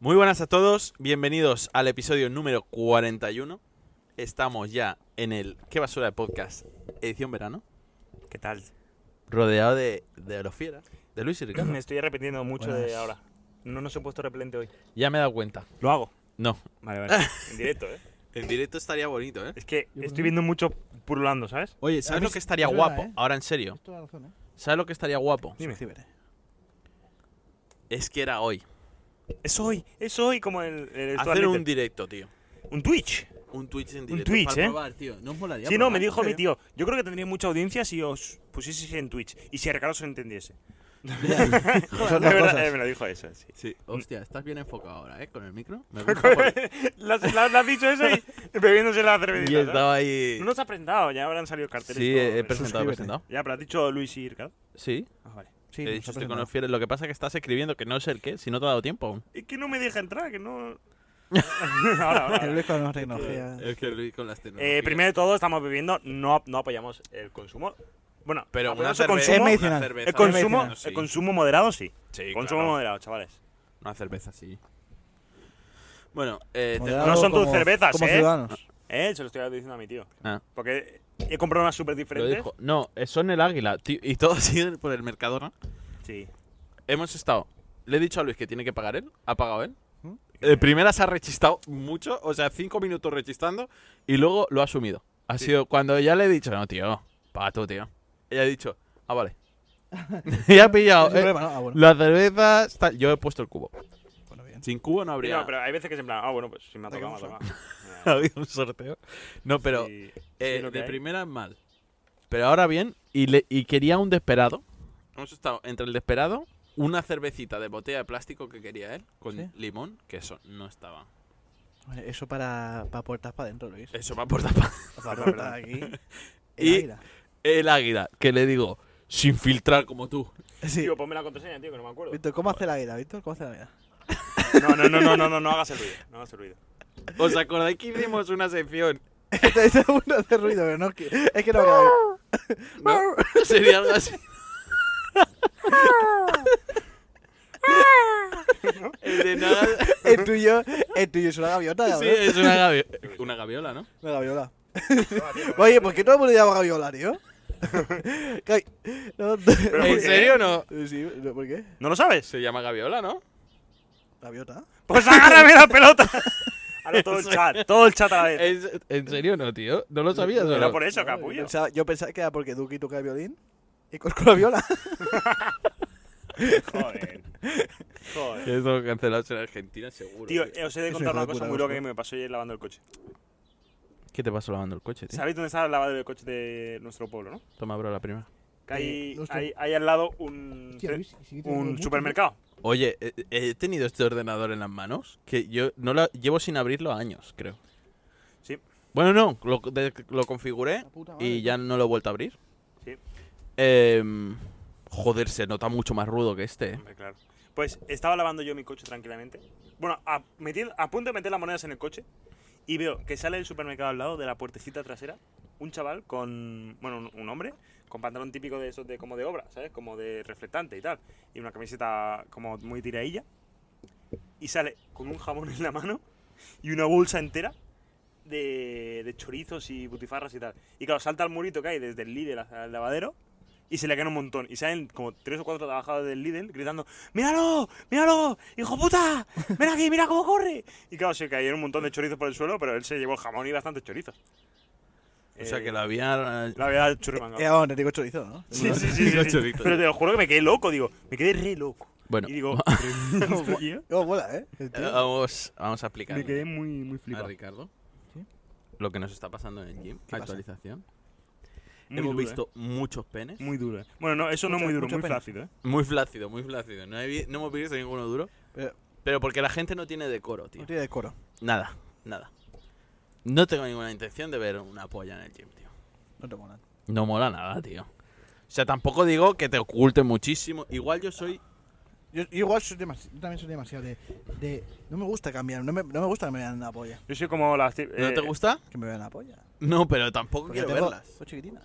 Muy buenas a todos, bienvenidos al episodio número 41. Estamos ya en el Qué Basura de Podcast, edición verano, ¿Qué tal? rodeado de, de los fieras, de Luis y Ricardo. Me estoy arrepintiendo mucho de Buenas. ahora. No nos he puesto repelente hoy. Ya me he dado cuenta. Lo hago. No, Vale, vale. En directo, ¿eh? en directo estaría bonito, ¿eh? Es que Yo estoy creo- viendo mucho purulando, ¿sabes? Oye, ¿Sabes lo que estaría es guapo? verdad, ¿eh? Ahora en serio, Tienes toda la razón, ¿eh? ¿sabes lo que estaría guapo? Dime. Sí, veré. Es que era hoy. Es hoy, es hoy como el. el Hacer un Twitter. directo, tío. Un Twitch. Un Twitch en directo. Twitch, para ¿eh? probar. tío, no os molaría. Sí, no, me probar? dijo Sí. mi tío. Yo creo que tendría mucha audiencia si os pusieseis en Twitch. Y si Ricardo se entendiese. Son De dos verdad, cosas. eh, me lo dijo eso, sí. Sí. Hostia, estás bien enfocado ahora, ¿eh? Con el micro. Me gusta porque- ¿La, la- la has dicho eso y bebiéndose la cervecita. Y ¿sabes? estaba ahí. No nos has presentado, ya habrán salido carteles. y Sí, todo, he pero- presentado, he suscríbete. presentado. Ya, pero has dicho Luis y Ricardo. Sí, Ah, vale. Sí, he nos dicho estoy con ha presentado. los fieles. Lo que pasa es que estás escribiendo que no sé el qué, si no te ha dado tiempo aún. Es que no me deja entrar, que no. ahora, ahora. El Luis con las tecnologías. Es que Luis con las Eh, tecnologías. primero de todo, estamos bebiendo, no, no apoyamos el consumo. Bueno, Pero una apoyamos el cerveza, consumo, Es medicinal. una cerveza, el, consumo medicinal, sí. el consumo moderado, sí. Sí, consumo claro, moderado, chavales. Una cerveza, sí. Bueno, eh, te- Moderado no son tus como- cervezas, como ¿eh? ciudadanos. Eh, se lo estoy diciendo a mi tío. Ah. Porque he comprado unas súper lo diferentes. dijo. No, eh, son el águila, tío, Y todo sigue por el Mercadona. Sí. Hemos estado. Le he dicho a Luis que tiene que pagar él. Ha pagado él. ¿Mm? De primera se ha rechistado mucho, o sea, cinco minutos rechistando y luego lo ha asumido. Ha Sí. sido cuando ya le he dicho, no, tío, paga tú, tío. Ella ha dicho, ah, vale. y ha pillado. Es eh, un problema, ¿no? Ah, bueno. Las cervezas. tal. Yo he puesto el cubo. Bueno, bien. Sin cubo no Sí, habría no, pero hay veces que es en plan, ah, bueno, pues si me ha ¿De tocado, me ha qué tocado. Ya, habido un sorteo. No, pero sí, sí, eh, lo que de hay. primera mal. Pero ahora bien, y, le- y quería un desperado. Hemos estado entre el desperado, una cervecita de botella de plástico que quería él, con Sí. limón, que eso no estaba. Oye, Eso para, para puertas para adentro, Luis. Eso va por tapar. Para verdad. puertas aquí. Y- El águila. El águila, que le digo, sin filtrar como tú. Sí. Tío, ponme la contraseña, tío, que no me acuerdo. Víctor, ¿cómo hace el águila, Víctor? ¿Cómo hace el águila? No, no, no, no, no, no, no hagas el ruido. No hagas el ruido. ¿Os acordáis que hicimos una sección? Está uno hace ruido, pero no es que, es que no queda bien. ¿No? Sería algo así. El de nada. El tuyo, el tuyo es una gaviota, Sí, eh. cabrón. es una gaviola. Una gaviola, ¿no? Una gaviola. Oye, ¿por qué todo el mundo llama gaviola, tío? Cay- no, ¿por ¿En qué? serio o no? Sí, no, ¿por qué? ¿No lo sabes? Se llama gaviola, ¿no? ¿Gaviota? Pues agárrame la pelota. Ahora todo el chat, todo el chat a la vez. ¿En, en serio no, tío? ¿No lo sabías o Era no? por eso, No, Yo capullo. pensaba, yo pensaba que era porque Duki toca el violín y Cosco la viola. Joder. Joder. Eso cancelados en Argentina, seguro. Tío, eh, os he de Es un contar hijo una de cosa puta, muy loca Coscu. que me pasó ayer lavando el coche. ¿Qué te pasó lavando el coche, tío? ¿Sabéis dónde está el lavado de coche de nuestro pueblo, no? Toma, bro, la primera. Que hay, Eh, nuestro- hay, hay al lado un, ce- un supermercado. Oye, eh, eh, he tenido este ordenador en las manos que yo no lo llevo sin abrirlo años, creo. Sí. Bueno, no, lo, de- lo configuré y ya no lo he vuelto a abrir. Sí. Em, joder, se nota mucho más rudo que este. eh. Hombre, claro. Pues estaba lavando yo mi coche tranquilamente. Bueno, a, metí- a punto de meter las monedas en el coche. Y veo que sale del supermercado al lado de la puertecita trasera un chaval con. Bueno, un, un hombre con pantalón típico de esos de como de obra, ¿sabes? Como de reflectante y tal. Y una camiseta como muy tiradilla. Y sale con un jamón en la mano y una bolsa entera de, de chorizos y butifarras y tal. Y claro, salta al murito que hay desde el líder hasta el lavadero y se le caen un montón. Y salen como tres o cuatro trabajadores del Lidl gritando: ¡Míralo! ¡Míralo! ¡Hijo puta! ¡Ven aquí! ¡Mira cómo corre! Y claro, se cayeron un montón de chorizos por el suelo, pero él se llevó jamón y bastantes chorizos. O sea Eh, que Eh, lo había... La verdad, churrimanga. Era donde Eh, digo chorizo, ¿no? Sí, sí, sí, sí, sí. Chorizo. Pero te lo juro que me quedé loco, digo. Me quedé re loco. Bueno, Y digo, ¿esto, tío? Cómo mola, ¿eh? El eh, tío. vamos, vamos a aplicar. me quedé muy, muy a flipado. Ricardo. Sí. Lo que nos está pasando en el gym, ¿Qué pasa? actualización. Muy Hemos duro, visto muchos penes. eh. Muy duro. eh. Bueno, no, eso no Mucha- muy duro, mucha muy pena. flácido, ¿eh? Muy flácido, muy flácido. No, he vi- no hemos visto ninguno duro. Pero- Pero porque la gente no tiene decoro, oh. tío. No tiene decoro. Nada, nada. No tengo ninguna intención de ver una polla en el gym, tío. No te molan. No mola nada, tío. O sea, tampoco digo que te oculte muchísimo. Igual yo soy. Yo, yo igual soy demasi- yo también soy demasiado de, de- No me gusta cambiar, no me, no me gusta que me vean la polla. Yo soy como las. ti- ¿No eh, te gusta? Que me vean la polla. No, pero tampoco Porque quiero tengo- verlas. Soy chiquitina.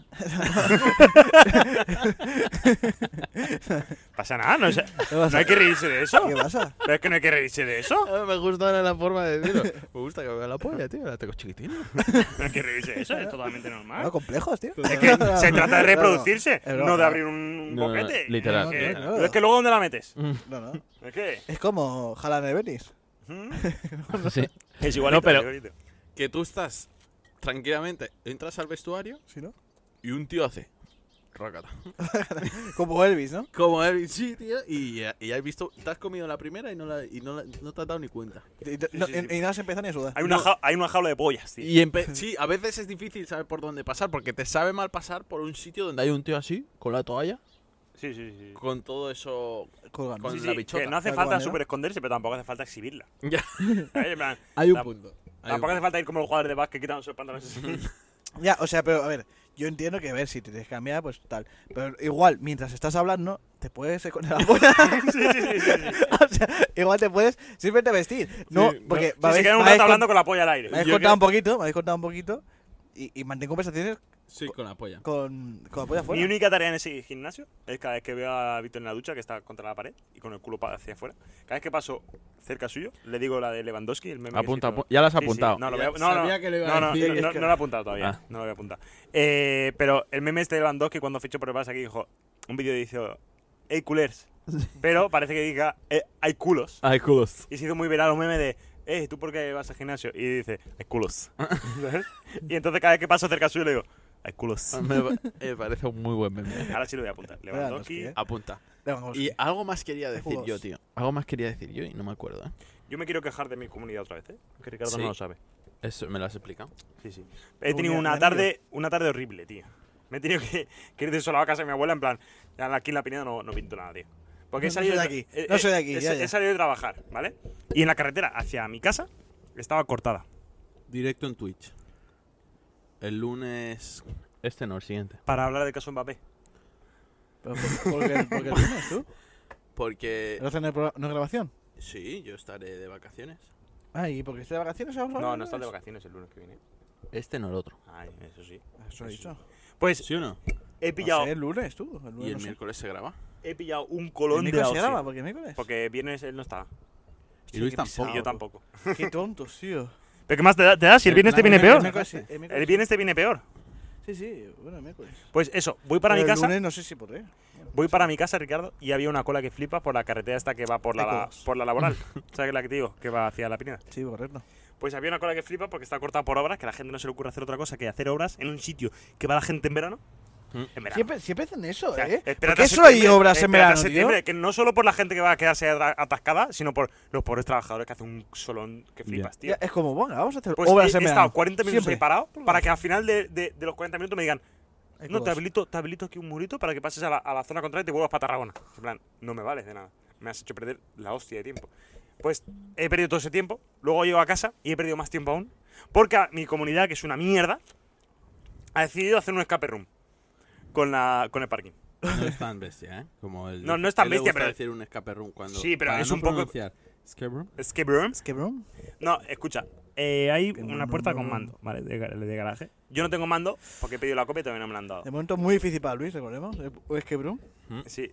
Pasa nada, no, es- ¿Qué pasa? no hay que reírse de eso. ¿Qué pasa? Pero es que no hay que reírse de eso. Ah, Me gusta ahora la forma de decirlo. Me gusta que me haga la polla, tío. La tengo chiquitina. No hay que reírse de eso, es totalmente No, normal. complejos, tío. Es que se trata de reproducirse, Es broma. no de abrir un No, no, boquete. literal. Mm. Es que, No, no. es que luego ¿dónde la metes? No, no. Es que... Es como Jalan Everis. ¿Mm? Sí. Es No, pero- igualito. Que tú estás tranquilamente, entras al vestuario ¿Sí, no? y un tío hace. Rácata. Como Elvis, ¿no? Como él, sí, tío. Y, ya- y ya has visto, te has comido la primera y no, la, y no, la- no te has dado ni cuenta. Y, y- no- sí, sí. y- y nada se empieza ni a sudar. Hay una, ja- hay una jaula de pollas, tío. Y empe- sí, a veces es difícil saber por dónde pasar, porque te sabe mal pasar por un sitio donde hay un tío así, con la toalla, Sí, sí, sí. con todo eso. Colgando. con Sí, la sí, bichota. que no hace ¿Sabes falta cuál era? super esconderse, pero tampoco hace falta exhibirla. Ya, ¿Sabes? En plan, hay un Tam- punto. Hay un tampoco hace falta ir como los jugadores de básquet quitando sus pantalones. Ya, o sea, pero a ver, yo entiendo que a ver si te tienes que cambiar, pues tal. Pero igual, mientras estás hablando, te puedes esconder la polla. sí, sí, sí. sí, sí. o sea, igual te puedes simplemente vestir. No, Sí, porque Sí, se habéis- quedan un habéis rato con- hablando con la polla al me aire. habéis Yo contado creo- un poquito, me habéis contado un poquito. Y, y mantengo conversaciones punto. Sí, con la polla. con, con la polla Mi fuera. única tarea en ese gimnasio es cada vez que veo a Víctor en la ducha, que está contra la pared y con el culo pa- hacia afuera, cada vez que paso cerca suyo, le digo la de Lewandowski, el meme que Apunta, se hizo. apu- ya la has Sí, sí, apuntado. No, lo voy a- Ya no, sabía no, que lo iba no, a no, decir. no, Es no lo he apuntado todavía. Ah. No lo voy a apuntar. Eh, pero el meme este de Lewandowski, cuando fichó por el Barça, que dijo un vídeo dice: Hey, culers. Pero parece que diga: "Eh, Hay culos. Ay, culos. Y se hizo muy viral un meme de, eh, ¿tú por qué vas al gimnasio? Y dice, hay culos. ¿Sabes? y entonces cada vez que paso cerca suyo le digo, hay culos. Me pa- me parece un muy buen meme. Ahora sí lo voy a apuntar. Lewandowski. Lewandowski, Apunta. Venga, Y algo más quería decir Jugos. yo, tío. Algo más quería decir yo y no me acuerdo. ¿eh? Yo me quiero quejar de mi comunidad otra vez, ¿eh? Que Ricardo Sí. no lo sabe. Eso me lo has explicado. Sí, sí. He tenido Comunidad una de amigos. tarde, una tarde horrible, tío. Me he tenido que, que ir desolado a casa de mi abuela, en plan, ya aquí en la Pineda no, no pinto nada, tío. Porque he No, no salido eh, soy de aquí, no soy de aquí, he- ya, he ya. salido de trabajar, ¿vale? Y en la carretera hacia mi casa estaba cortada. Directo en Twitch. El lunes. Este no, el siguiente. Para hablar del caso Mbappé. Pero por- porque- porque tienes tú. Porque. ¿No hacen el programa- no es grabación? Sí, yo estaré de vacaciones. Ah, ¿y porque estoy de vacaciones? vamos a No, hablar no estás de eso? vacaciones el lunes que viene. Este no, el otro. Ay, eso sí. Eso he dicho. Pues ¿Sí o no? He No pillado, sé, el lunes tú. El lunes Y el no sé. miércoles se graba. he pillado un ¿El colón de miércoles se la graba? pues. hostia. ¿Por qué miércoles? Porque viernes él no estaba. Y Luis qué tampoco. Y yo tampoco. Qué tontos, tío. ¿Pero qué más te da? ¿Te da? Si el viernes te viene miércoles- peor. miércoles sí, el miércoles El viernes te viene peor. Sí, sí, bueno, el miércoles. Pues eso, voy para Pero mi el casa. lunes no sé si podré. Voy para mi casa, Ricardo, y había una cola que flipa por la carretera esta que va por la, Ecos. por la laboral. ¿Sabes la que te digo? Que va hacia la Pineda. Sí, correcto. Pues había una cola que flipa porque está cortada por obras, que a la gente no se le ocurre hacer otra cosa que hacer obras en un sitio que va la gente en verano. Mm. En verano. Siempre, siempre hacen eso, O sea, ¿eh? espérate ¿Por a qué solo hay septiembre, obras en espérate a verano, tío? septiembre, Que no solo por la gente que va a quedarse atra- atascada, sino por los pobres trabajadores que hacen un solón que flipas, tío. Ya, es como, venga, vamos a hacer Pues obras he, en he verano. estado 40 minutos ahí Siempre. parado para que al final de, de- de los 40 minutos me digan, Hay no, te cosas. habilito, te habilito aquí un murito para que pases a la, a la zona contraria y te vuelvas para Tarragona. En plan, no me vales de nada. Me has hecho perder la hostia de tiempo. Pues he perdido todo ese tiempo, luego llego a casa y he perdido más tiempo aún, porque a- mi comunidad, que es una mierda, ha decidido hacer un escape room con, la, con el parking. No es tan bestia, ¿eh? Como el, No, no es tan él le bestia, gusta pero- decir un escape room cuando. Sí, pero para es no un poco- pronunciar. Escape room. Escape room. Es que, bro, No, escucha, eh, hay una puerta con mando, ¿vale? De, gar- de garaje. Yo no tengo mando porque he pedido la copia y todavía no me la han dado. de momento es muy difícil para Luis, recordemos. Es que, bro, Sí.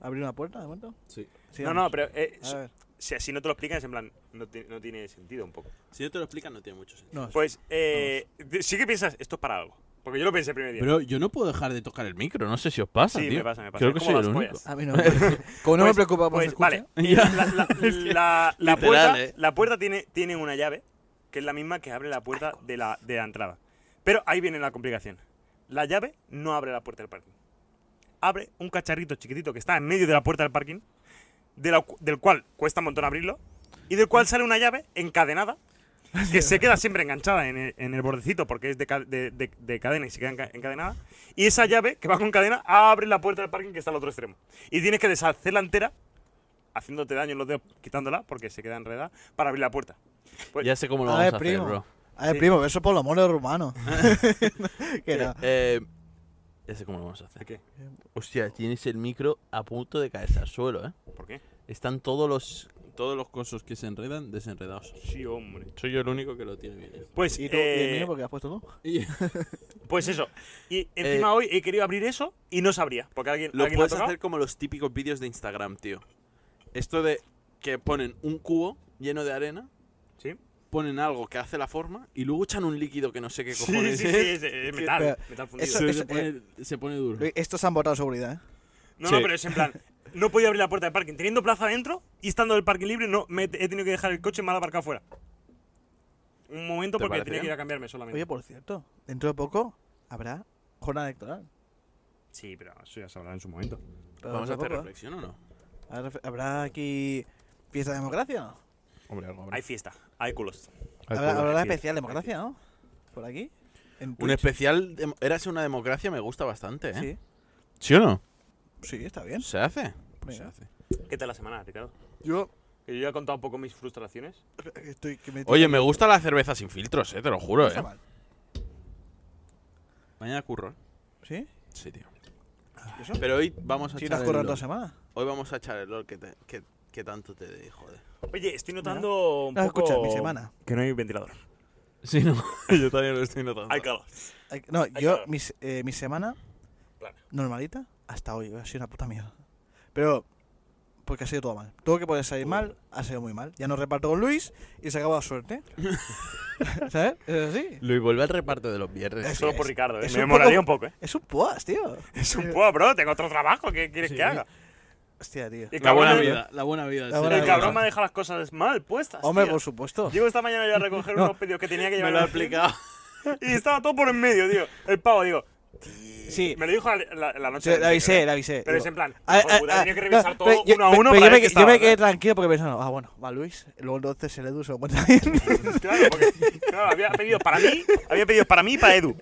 abrir una puerta, de momento. Sí. No, no, pero eh, pues, A ver, si así no te lo explicas, en plan, no, ti- no tiene sentido un poco. Si no te lo explican, no tiene mucho sentido. no, Pues eh, sí que piensas, esto es para algo. Porque yo lo pensé el primer día. Pero yo no puedo dejar de tocar el micro, no sé si os pasa, sí, tío. me pasa, me pasa. Creo Es que como soy el las único. pollas. a mí no. Como no me Pues- preocupa, pues, Pues escucha. vale, eh, Ya. la, la- la- la Literal, puerta, eh. la puerta tiene, tiene una llave, que es la misma que abre la puerta de la, de la entrada. Pero ahí viene la complicación. La llave no abre la puerta del parking. Abre un cacharrito chiquitito que está en medio de la puerta del parking, de la cu- del cual cuesta un montón abrirlo, y del cual sale una llave encadenada, que se queda siempre enganchada en el, en el bordecito porque es de, ca- de- de- de cadena y se queda enca- encadenada. Y esa llave que va con cadena abre la puerta del parking que está al otro extremo. Y tienes que deshacerla entera haciéndote daño en los dedos, quitándola porque se queda enredada, para abrir la puerta. Pues, Ya sé cómo lo A vamos ver, a hacer, primo. bro. A ver, Sí. primo, eso por lo amor de rumano. que no. Eh, ya sé cómo lo vamos a hacer. ¿de qué? Hostia, tienes el micro a punto de caerse al suelo, ¿eh? ¿Por qué? Están todos los todos los cosos que se enredan, desenredados. Sí, hombre. Soy yo el único que lo tiene bien. Pues, ¿Y tú? ¿Y el eh, mío porque has puesto tú? Y- pues eso. Y encima hoy he querido abrir eso y no sabría. Porque alguien Lo alguien lo ha puedes tocado. hacer como los típicos vídeos de Instagram, tío. Esto de que ponen un cubo lleno de arena, Sí, ponen algo que hace la forma y luego echan un líquido que no sé qué sí, sí, cojones sí, es, es. es metal. Espera, metal fundido. eso- Se, eso- pone, se pone duro. Estos han votado seguridad, ¿eh? No, Sí. no, pero es en plan. No podía abrir la puerta del parking. Teniendo plaza adentro y estando el parking libre, no me he he tenido que dejar el coche mal aparcado fuera. Un momento ¿Te porque parece tenía que ir bien? a cambiarme solamente. Oye, por cierto, dentro de poco habrá jornada electoral. Sí, pero eso ya se hablará en su momento. Pero ¿Vamos dentro a hacer de poco, ¿eh? reflexión o no? Habrá ref- ¿Habrá aquí fiesta de democracia no? Hombre, algo Hay fiesta, hay culos. Habrá, hay habrá fiesta, especial hay democracia, ¿no? Por aquí. En Un Twitch. especial. de- Érase una democracia, me gusta bastante, ¿eh? Sí. ¿Sí o no? Sí, está bien. ¿Se hace? Pues se Venga. hace. ¿Qué tal la semana, Ricardo? Yo eh, Que yo ya he contado un poco mis frustraciones. estoy que me Oye, me gusta la cerveza sin filtros, ¿eh? Te lo No juro, está ¿eh? mal. Mañana curro. ¿eh? ¿Sí? Sí, tío. ¿Y eso? Pero hoy vamos a Si echar nos el corran LOL. toda semana. Hoy vamos a echar el LOL que, te- que- que tanto te di, joder. Oye, estoy notando un No, poco. Ah, escucha, mi semana. Que no hay ventilador. Sí, no. Yo también lo estoy Ah. notando. Hay calor. Ay, No, Hay yo, calor. mi, se- eh, mi semana Plana. normalita hasta hoy. Ha sido una puta mierda. Pero, porque ha sido todo mal. Todo que puede salir mal, ha sido muy mal. Ya nos reparto con Luis y se acabó la suerte. ¿Sabes? Es así. Luis, vuelve al reparto de los viernes. Eso tío. Solo por Ricardo, ¿eh? es Me un molaría poco- un poco, ¿eh? Es un poas, tío. Es un poco, bro. Tengo otro trabajo. ¿Qué quieres Sí. que haga? Hostia, tío. El La cabrón buena me- vida, la buena vida. La sí. buena El vida. cabrón me ha dejado las cosas mal puestas. Hombre, tío. por supuesto. Llego esta mañana yo a recoger No. unos pedidos que tenía que Me llevar. lo ha a la tienda explicado. Y estaba todo por en medio, tío. El pavo, digo. Sí. Me lo dijo la, la- la noche. Sí, del la avisé, anterior. la avisé. Pero digo, es en plan. Ah, hijo de ah, puta, ah, tenía que revisar no, todo pero yo- uno a uno pero para yo me, ver qué que- yo me estaba, quedé tranquilo porque pensando, ah, bueno, va Luis, luego entonces el Edu se lo cuenta ¿sabes? bien. Claro, porque claro, había pedido para mí, había pedido para mí y para Edu.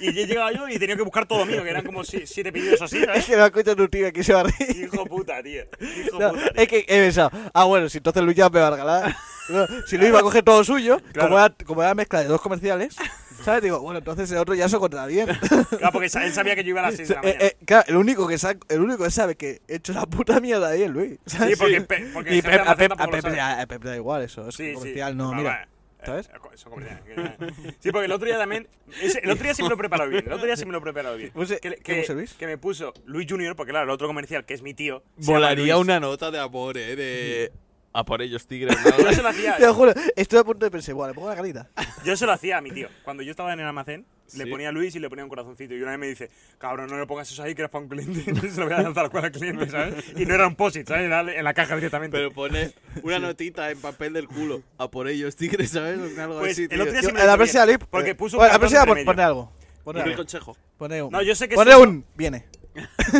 Y yo llegaba yo y tenía que buscar todo mío, que eran como si- siete pedidos así, es ¿sabes? que me ha contado tu tío aquí se va a reír. Hijo puta, tío. Hijo No, puta, tío. es que he pensado, ah, bueno, si entonces Luis ya me va a regalar. No, si Luis va a coger todo suyo, Claro. como, era, como era mezcla de dos comerciales, ¿sabes? Digo, bueno, entonces el otro ya se lo contará bien. Claro, Ah, porque sa- él sabía que yo iba a las seis de la Eh, mañana. eh, claro, el único, que sabe, el único que sabe que he hecho la puta mierda ahí es Luis. Sí, ¿sabes? porque, Pe- porque Y el jefe de Pep- a Amazon Pep a tampoco lo Pep le sabe. da- a Pep le da igual eso, es comercial, no, Va, mira. va. Eh, ¿Sabes? eh, eso comercial, que- Sí, porque el otro día también. ese- el otro día sí me lo he preparado bien. El otro día sí me lo he preparado bien. Puse- que, ¿qué que- puse, Luis? que me puso Luis Junior, porque claro, el otro comercial, que es mi tío. se llama Volaría Luis. una nota de amor, ¿eh? De... A por ellos, tigres. ¿no? Yo se lo hacía. Te lo juro, estoy a punto de pensar, bueno, le pongo la carita. Yo se lo hacía a mi tío. Cuando yo estaba en el almacén, le Sí. ponía a Luis y le ponía un corazoncito. Y una vez me dice, cabrón, no le pongas eso ahí que eres para un cliente. se lo voy a dar tal cual al cliente, ¿sabes? Y no era un posit, ¿sabes? Era en la caja directamente. Pero pone una notita en papel del culo. A por ellos, tigres, ¿sabes? O Algo Pues, así, el tío. otro día- Yo, sí me en lo hizo la próxima bien, lip, porque eh, puso un bueno, la cartón próxima entre medio. pon- pone algo. Pone Y el algo. consejo. Pone un. No, yo sé que pone soy- un. Viene.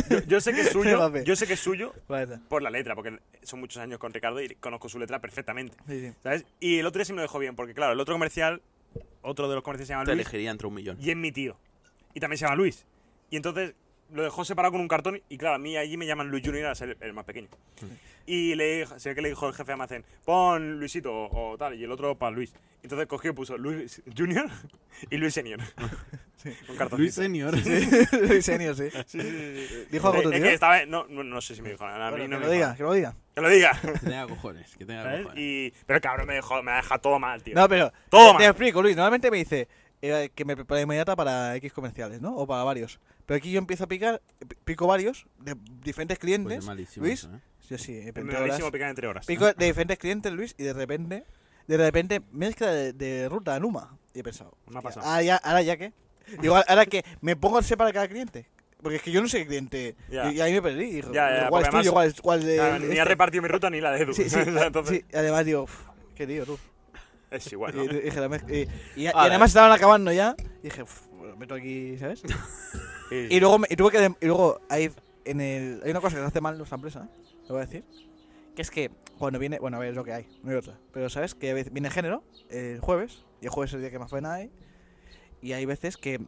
yo, yo sé que es va a suyo. ver? yo sé que es suyo Vale, está. por la letra, porque son muchos años con Ricardo y conozco su letra perfectamente. Sí, sí. ¿Sabes? Y el otro día sí me lo dejó bien, porque claro, el otro comercial, otro de los comerciales se llama Te Luis elegiría entre un millón. y es mi tío. Y también se llama Luis. Y entonces lo dejó separado con un cartón y claro, a mí allí me llaman Luis Junior, al ser el más pequeño. Y le dijo- sé que le dijo el jefe de almacén, pon Luisito o, o tal, y el otro para Luis. Entonces cogió y puso Luis Junior y Luis Senior. Un cartón. Senior. Luis Senior, sí. Dijo algo Eh, Es tu tío. que estaba, no, no, no sé si me dijo nada. a mí Bueno, no que me lo dijo diga, nada. que lo diga. Que lo diga. Que tenga cojones, que tenga ¿Sabes? cojones. Y, pero cabrón, me, dejó, me ha dejado todo mal, tío. No, pero. Todo te- mal. Te explico, Luis. Normalmente me dice eh, que me prepare inmediata para X comerciales, ¿no? O para varios. Pero aquí yo empiezo a picar, pico varios de diferentes Pues clientes. es malísimo Luis, eso, ¿eh? sí, sí, de es repente horas. malísimo picar entre horas. Pico de diferentes clientes, Luis, y de repente, de repente mezcla de, de ruta en UMA. Y he pensado, Me ha hostia, pasado. ah, ya- ahora ya qué. Digo, ahora que me pongo a separar cada cliente. Porque es que yo no sé qué cliente. Ya. Y, y ahí me perdí. Digo, Ya, ya, ¿Cuál es porque tuyo? ¿Cuál es, cuál es de- Claro, ni este? ha repartido mi ruta ni la de Edu. Sí, sí, Entonces, sí, además digo, "Uf, qué lío tú. es igual, Y, ¿no? y dije, la mezcla- y- y- y Vale. además estaban acabando ya. Y dije, "Uf, bueno, meto aquí, ¿sabes? Y luego, me- y tuve que de- y luego hay, en el, hay una cosa que se hace mal nuestra empresa, lo voy a decir. Que es que cuando viene, bueno, a ver, es lo que hay, no hay otra. Pero sabes que a veces viene género el jueves, y el jueves es el día que más pena hay. Y hay veces que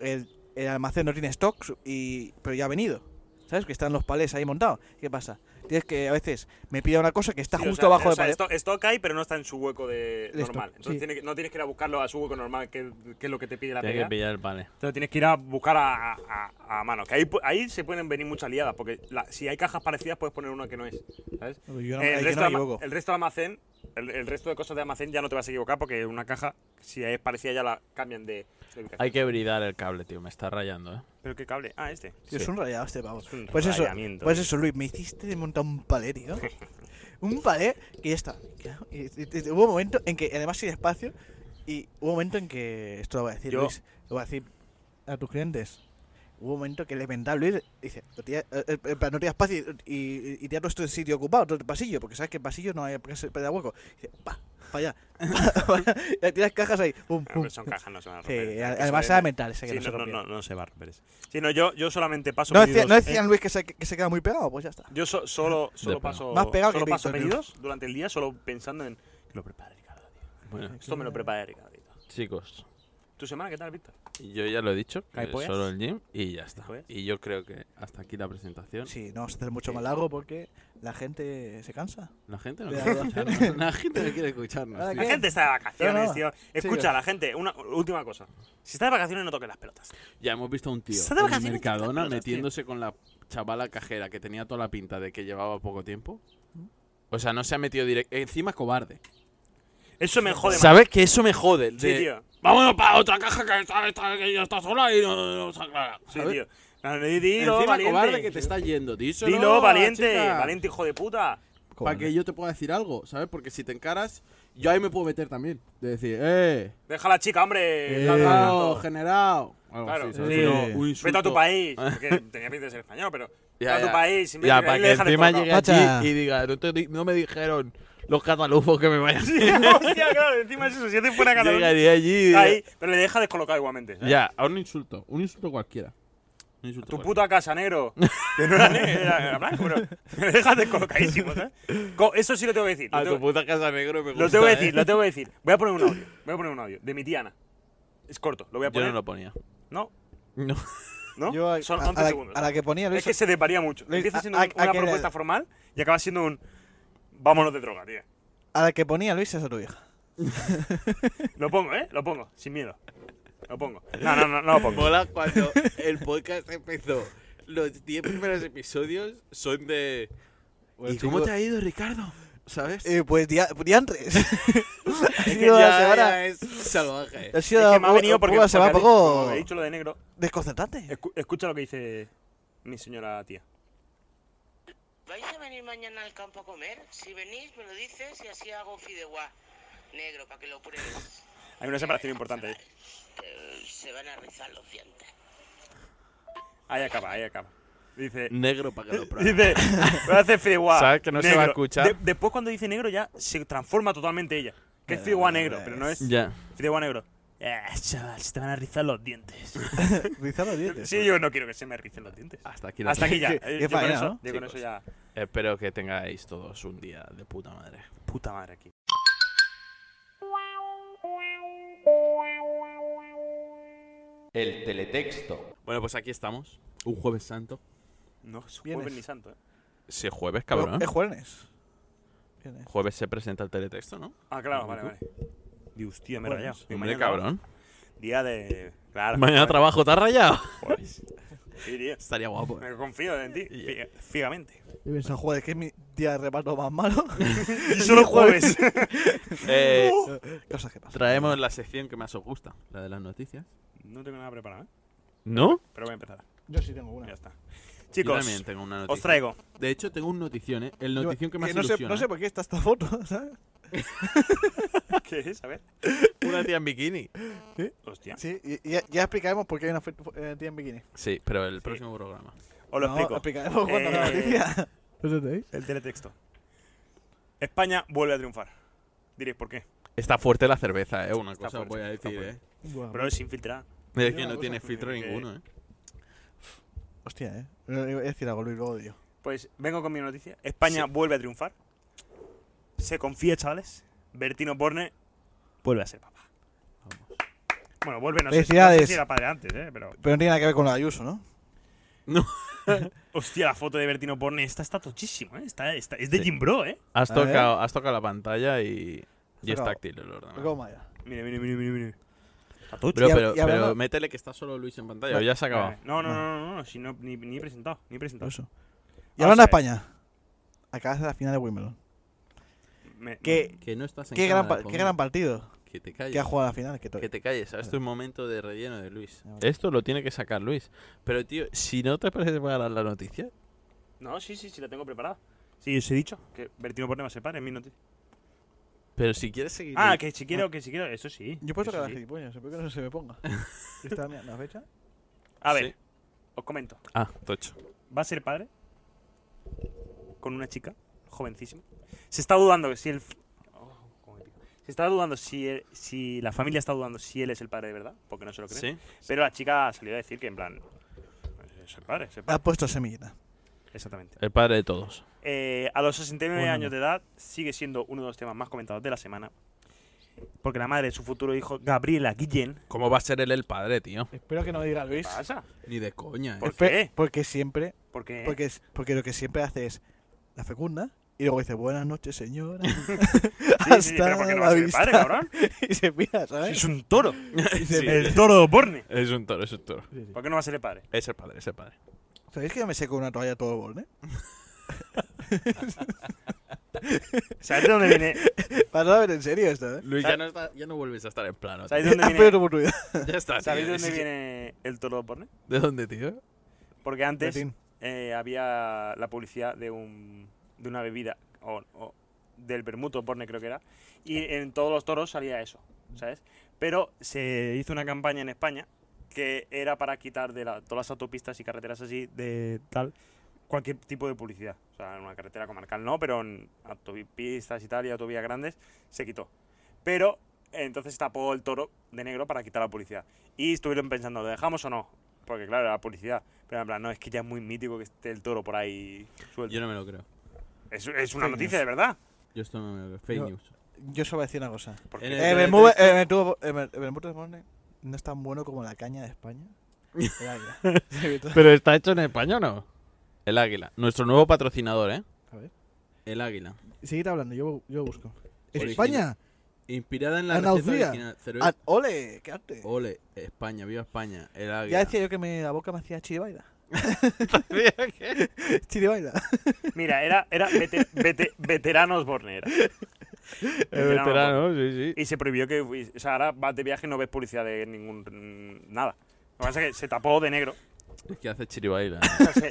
el, el almacén no tiene stock, su- y, pero ya ha venido. ¿Sabes? Que están los palés ahí montados. ¿Qué pasa? Tienes que a veces me pide una cosa que está Sí, o justo sea, abajo o del sea, palé. esto, esto cae, pero no está en su hueco de Esto, normal. Entonces sí. tiene que- no tienes que ir a buscarlo a su hueco normal, que, que es lo que te pide la Tienes que pelea. pillar el vale. Entonces tienes que ir a buscar a, a- a mano. Que ahí, pu- ahí se pueden venir muchas liadas, porque la- si hay cajas parecidas puedes poner una que no es. ¿sabes? Yo no, ahí el, resto yo no de me ama- equivoco. el resto de almacén, el, el resto de cosas de almacén ya no te vas a equivocar porque una caja, si es parecida, ya la cambian de, de ubicación. Hay que bridar el cable, tío. Me está rayando, ¿eh? Pero qué cable. Ah, este. Tío, Sí. es un rayado este pavo. Es un Pues eso, rayamiento, pues tío. eso, Luis, me hiciste de montar un palé, tío. un palé que ya está. Y- y- y- hubo un momento en que, además sin espacio, y hubo un momento en que, esto lo voy a decir, Yo- Luis, lo voy a decir a tus clientes. Hubo un momento que le vendrá a Luis dice, no tiene, eh, eh, en plan, no tiene espacio y, y, y te da todo este sitio ocupado, todo el pasillo, porque sabes que en pasillo no hay porque se da hueco. Y dice, pa, para allá. pa, pa, y tiras cajas ahí, pum, Bueno, pum. Ah, pero son cajas, pues, no se van a Sí, romper. Hay que además era saber- mental ese que Sí, no se no, no, rompía. no, no se va a romper ese. Sí, no, yo, yo solamente paso ¿No, decía- pedidos. no ¿eh? decían, Luis, que se, que se queda muy pegado? Pues ya está. Yo so- solo, solo De paso, Más pegado que solo paso Víctor, tío. pedidos durante el día, solo pensando en que lo prepare Ricardo. tío. Bueno, Esto me lo prepara Ricardo. chicos, ¿Tu semana qué tal, Víctor? yo ya lo he dicho. que ¿Hay pollas? Solo el gym y ya está. ¿Hay pollas? Y yo creo que hasta aquí la presentación. Sí, no vamos a hacer mucho más largo porque la gente se cansa. La gente no Ya, quiere ya. escucharnos. La gente no quiere escucharnos. Ahora tío. La ¿Qué? gente está de vacaciones, No, no. tío. Escucha, la gente, una última cosa. Si está de vacaciones, no toques las pelotas. Ya hemos visto a un tío Está de en vacaciones, Mercadona tío. metiéndose con la chavala cajera que tenía toda la pinta de que llevaba poco tiempo. O sea, no se ha metido directo. Encima es cobarde. Eso me jode más. ¿Sabes? Que eso me jode. Sí, de- tío. Vámonos para otra caja que, está, está- que ya está sola y no, no se aclara. Sí, ¿sabes? tío. No, no, Dilo, Encima valiente. cobarde que te está yendo. Díselo a Dilo, la valiente. chica. Valiente, hijo de puta. Para que yo te pueda decir algo, ¿sabes? Porque si te encaras, yo ahí me puedo meter también. De decir, ¡eh! Deja a la chica, hombre. eh, Está ¡Generado! hablando. generado. Algo Claro. así, ¿sabes? Sí. Pero un insulto. Vete a tu país. Porque tenía pinta de ser español, pero. Vete Ya, a tu ya. país. y Ya, me- para le que deja de encima tocar. llegue Pacha. allí y diga, no, te di- no me dijeron los catalufos que me vayan. Hostia, claro, encima es eso. Si es de fuera de Cataluña. Llegaría allí y diga- Ahí, pero le deja descolocado igualmente. ¿sabes? Ya, a un insulto. Un insulto cualquiera. Un insulto Tu cualquiera. puta casa, negro. Que no era negro, era, era blanco, pero me dejas descolocadísimo, ¿sabes? Co- Eso sí lo tengo que decir. Lo A tu tengo, puta casa negro me gusta. lo tengo que ¿eh? decir, lo tengo que decir. Voy a poner un audio. Voy a poner un audio de mi Tiana. Es corto, lo voy a Yo poner. no lo ponía. No, No. no. Yo a, Son a- 11 a la- segundos. a la que ponía Luis. Es que se desvaría mucho. Luis, Empieza a- siendo a- un- una a que le- propuesta formal y acaba siendo un. Vámonos de droga, tío. A la que ponía Luis es a tu hija. Lo pongo, ¿eh? Lo pongo, sin miedo. Lo pongo. No, no, no, no lo pongo. Mola cuando el podcast empezó. Los 10 primeros episodios son de. Bueno, Pues ¿Y cómo chico- te ha ido, Ricardo? ¿Sabes? Eh, pues día, diantres. ha Es sido la semana. ya es salvaje. Ha sido eh, Es que me ha un- venido un porque. poco la semana porque ha dicho- poco como He dicho lo de negro. desconcertante. Escu- Escucha lo que dice mi señora tía. ¿Vais a venir mañana al campo a comer? Si venís, me lo dices y así hago fideuá negro para que lo pruebes. Hay una separación importante ahí. Eh, se van a rizar los dientes. Ahí acaba, ahí acaba. Dice. Negro para que lo pruebe. Dice, voy a hacer fideuá. Sabes que no se va a negro". escuchar. De- después, cuando dice negro, ya se transforma totalmente ella. Que es fideuá negro, pero no es Ya. fideuá negro. Ah, chaval, se te van a rizar los dientes. Rizar los dientes. Sí, yo no quiero que se me ricen los dientes. Hasta aquí la Hasta aquí ya. Qué- Eh, qué Yo con faena, eso ¿no? yo con eso Chicos. ya. Espero que tengáis todos un día de puta madre. Puta madre aquí. El teletexto. Bueno, pues aquí estamos. Un jueves santo. No es Vienes. jueves ni santo, ¿eh? Sí, jueves, Pero cabrón. ¿eh? Es jueves. Viernes. Jueves se presenta el teletexto, ¿no? Ah, claro, vale, vale. Dios, hostia, me he Jueves. rayado. Digo, Hombre, mañana- cabrón. Día de. Claro. Mañana trabajo, ¿te has rayado? Jueves. Sí, tío. Estaría guapo. eh. Me confío en ti. Ya. fi- Ciegamente. Y pensaba, joder, que es mi día de reparto más malo. Y solo jueves. Eh, Cosas que pasan. traemos la sección que más os gusta, la de las noticias. No tengo nada preparado, ¿eh? ¿No? Pero voy a empezar. Yo sí tengo Ya una. está. Yo Chicos, también tengo una noticia. os traigo. De hecho, tengo un notición, ¿eh? El notición que más no, sé, ilusiona. ¿eh? no sé por qué está esta foto, ¿sabes? ¿Qué es? A ver. Una tía en bikini. Hostia. Sí, y, y ya, ya explicaremos por qué hay una foto eh, tía en bikini. Sí, pero el próximo programa. Os lo No, explico. explicaremos cuando la Eh, noticia. ¿Eso tenéis? El teletexto. España vuelve a triunfar. Diréis por qué. Está fuerte la cerveza, ¿eh? Una Está cosa os fuerte, voy a está decir, ¿eh? fuerte. Pero es infiltrada. Es Yo que una no cosa tiene que- filtro que- ninguno, ¿eh? Hostia, eh. No, Iba a decir algo, Luis, luego digo. Pues vengo con mi noticia. España vuelve a triunfar. Se confía, chavales. Bertino Borne vuelve a ser papá. Bueno, vuelve, no sé, no sé Felicidades. si era padre antes, ¿eh? Pero Pero no tiene nada que ver con la Ayuso, ¿no? No. Hostia, la foto de Bertino Borne, esta está tochísima, ¿eh? Está, está- es de Jim Bro, ¿eh? Has A ver. tocado, has tocado la pantalla y, y es tocado. táctil el ordenador. Luego Maya. Mire, mire, mire, mire, mire. Ah. Está tocho. Pero, Y hab- pero, y hablando- pero métele que está solo Luis en pantalla. o ya se ha acabado. No, no, no, no, no, si no ni, ni he presentado, ni he presentado. Eso. Y Vamos hablando a de ver. España. Acabas de la final de Wimbledon. Me- Qué, Que no estás en qué, gran, cámara, pa- qué coño. gran partido Que te que ha calles. jugado la final. Que to- Que te calles. Esto es un momento de relleno de Luis. Ah, vale. Esto lo tiene que sacar Luis. Pero, tío, si no te parece para dar la noticia, No, sí, sí, sí, la tengo preparada. Sí, os he dicho que Bertino Borne va a ser par en mi noticia. pero si quieres seguir. Ah, que si quiero, que si quiero, eso sí. Yo puedo eso tocar las sí. gilipollas, espero que no se me ponga. Yo estaba mirando la fecha. A ver, Sí. os comento. Ah, tocho. va a ser padre con una chica jovencísima. Se está dudando si el Oh, cómo me pica. se está dudando si él- si la familia está dudando si él es el padre de verdad, porque no se lo creen. Sí. Pero la chica salió a decir que en plan es el padre, es el Ha padre. puesto semillita. Exactamente. El padre de todos. Eh, a los 69 Ah. Bueno. años de edad sigue siendo uno de los temas más comentados de la semana. Porque la madre de su futuro hijo, Gabriela Guillén, ¿Cómo va a ser él el padre, tío? Espero que no diga Luis. pasa. Ni de coña, ¿Por ¿eh? Espe- qué? Porque siempre Porque, Porque, es- porque lo que siempre hace es la fecunda y luego dice buenas noches, señora. Sí, sí, sí, pero porque no va a la ser el padre, vista. cabrón. Y se pira, ¿sabes? Es un toro. Y se Sí. pira. El toro de Borne. Es un toro, es un toro. ¿Por qué no va a ser el padre? Es el padre, es el padre. ¿Sabéis que yo me seco una toalla todo el borde? ¿Sabes de dónde viene? Para ver en serio esto, ¿eh? Luis, ya ya no, vuelves a estar en plano. ¿Sabéis de dónde Ha viene? perdido tu oportunidad. Ya está. ¿Sabéis de dónde viene el toro de porno? ¿De dónde, tío? Porque antes Martín. eh, había la publicidad de, un, de una bebida, o, o del bermuto porne creo que era, y en todos los toros salía eso, ¿sabes? Pero se hizo una campaña en España que era para quitar de la- todas las autopistas y carreteras así de tal cualquier tipo de publicidad. O sea, en una carretera comarcal no, pero en autopistas y tal y autovías grandes se quitó. Pero entonces tapó el toro de negro para quitar la publicidad. Y estuvieron pensando, ¿lo dejamos o no? Porque claro, era la publicidad. Pero en plan, no, es que ya es muy mítico que esté el toro por ahí suelto. Yo no me lo creo. Es, es una Fake noticia de verdad. Yo esto no me lo creo. Fake No. news. Yo solo voy a decir una cosa. Porque En el- Eh, Bermúdez- eh, Bermudo- eh, Ber- Bermudo de Borne no es tan bueno como la caña de España. El águila. Sí, Víctor. ¿Pero está hecho en España o no? El Águila. Nuestro nuevo patrocinador, ¿eh? A ver. El Águila. Seguid hablando, yo, yo busco. Original. España. Inspirada en la Andalucía. receta original. Cerveza- Ah, ¡Ole! ¡Qué arte! Ole, España, viva España. El Ya Águila. decía yo que me, la boca me hacía chiribaila. Chiribaila. Mira, era, era vete- vete- veteranos Borne. era. Veterano Borne. sí, Y se prohibió que. fuis- O sea, ahora vas de viaje y no ves publicidad de ningún. nada. Lo que pasa es que se tapó de negro. Es que hace chiribaila. O sea, se,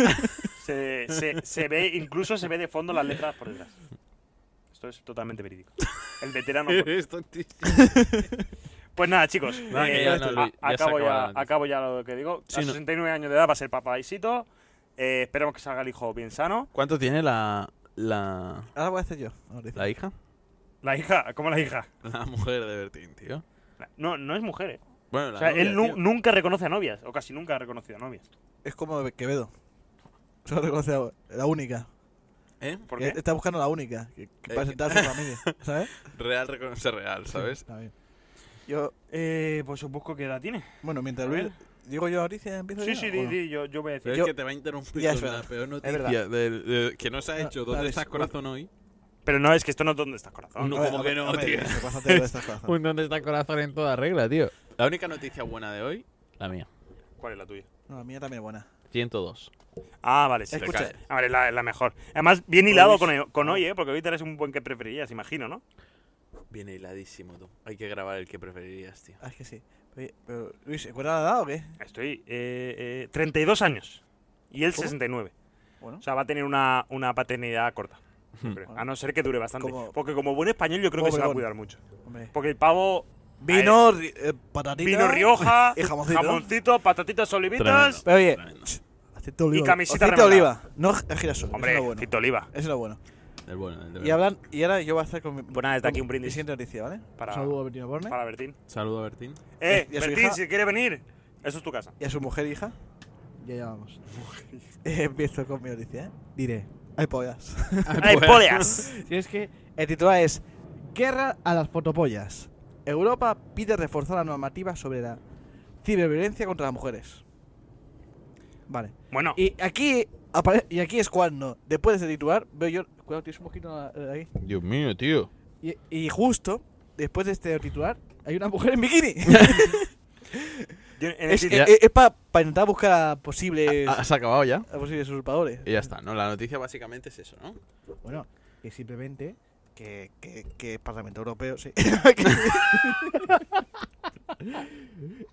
se- se- se ve, incluso se ve de fondo las letras por detrás. Esto es totalmente verídico. El veterano. Borne. Pues nada, chicos. No, que ya no, Luis, ya a- se acabo, acaba la ya, noticia. acabo ya lo que digo. Sí, a no. 69 años de edad va a ser papaisito. Eh, esperemos que salga el hijo bien sano. ¿Cuánto tiene la, la, Ahora voy a hacer yo. Ahora dice. la hija? La hija, ¿cómo la hija? La mujer de Bertín, tío. No, no es mujer, eh. Bueno, la O sea, novia, él nu- tío. nunca reconoce a novias, o casi nunca ha reconocido a novias. Es como Quevedo. Solo reconoce a la única. ¿Eh? ¿Por Que qué? Está buscando la única. que- que Eh, para que- sentar a su familia. ¿Sabes? Real reconoce real, ¿sabes? Está bien. Yo, Eh, pues os busco qué edad tiene. bueno, mientras A Luis. ver. Digo yo ahorita y empiezo. Sí, ya, sí, ¿o di, no? di, yo, yo voy a decir. Pero Yo- es que te va a interrumpir Ya, es con la verdad. peor verdad. noticia del- de- que no se ha No, hecho. no, ¿Dónde es- estás, corazón, hoy? Pero no, es que esto no es donde estás, corazón. No, A ver, como a que ver, no, a ver, tío. eso, bastante de estas cosas. Un dónde está corazón en toda regla, tío. La única noticia buena de hoy, la mía. ¿Cuál es la tuya? No, la mía también es buena. 102. Ah, vale, sí. Escucha. Ah. vale. Ah, vale, la, la mejor. Además, bien hilado con, con hoy, ¿eh? Porque hoy eres un buen que preferirías, imagino, ¿no? Viene hiladísimo, tú. Hay que grabar el que preferirías, tío. Ah, es que sí. Oye, pero, Luis, ¿se acuerda la edad o qué? Estoy. Eh, eh, 32 años. Y él ¿Cómo? 69. Bueno. O sea, va a tener una, una paternidad corta. yo creo. A no ser que dure bastante. Hmm. Como- Porque como buen español, yo creo que se va a Obregón. cuidar mucho. Hombre. Porque el pavo. Vino, ri- eh, patatita. Vino Rioja, y jamoncito. jamoncito, patatitas Tremendo. olivitas. Pero oye, Tremendo. aceite de oliva. camiseta aceite de remangada. oliva. No eh, girasol. eso Hombre, es lo bueno. aceite de oliva. Eso es lo bueno. El bueno, el de Y, verdad. hablan, y ahora yo voy a hacer con mi. Pues nada, desde aquí un con mi brindis. Siguiente noticia, ¿vale? Para- Un saludo a Bertino Borne. Para Bertín. Saludo a Bertín. Eh, ¿eh? ¿Y a su Bertín, hija? si quiere venir, eso es tu casa. y a su mujer e hija. Ya llamamos. Empiezo con mi noticia, ¿eh? Diré. Hay pollas. ¡Ay, poleas! si es que el titular es Guerra a las fotopollas. Europa pide reforzar la normativa sobre la ciberviolencia contra las mujeres. Vale. Bueno, Y aquí, apare- y aquí es cuando, después de este titular, veo yo. Cuidado, tienes un poquito eh, ahí. Dios mío, tío. Y, y justo, después de este titular, hay una mujer en bikini. yo en el es Twitter- para intentar buscar a posibles, ¿Has Ah, acabado ya? a posibles usurpadores. Y ya está, Ah, ¿no? La noticia básicamente es eso, ¿no? Bueno, que simplemente que, que, que el Parlamento Europeo, sí.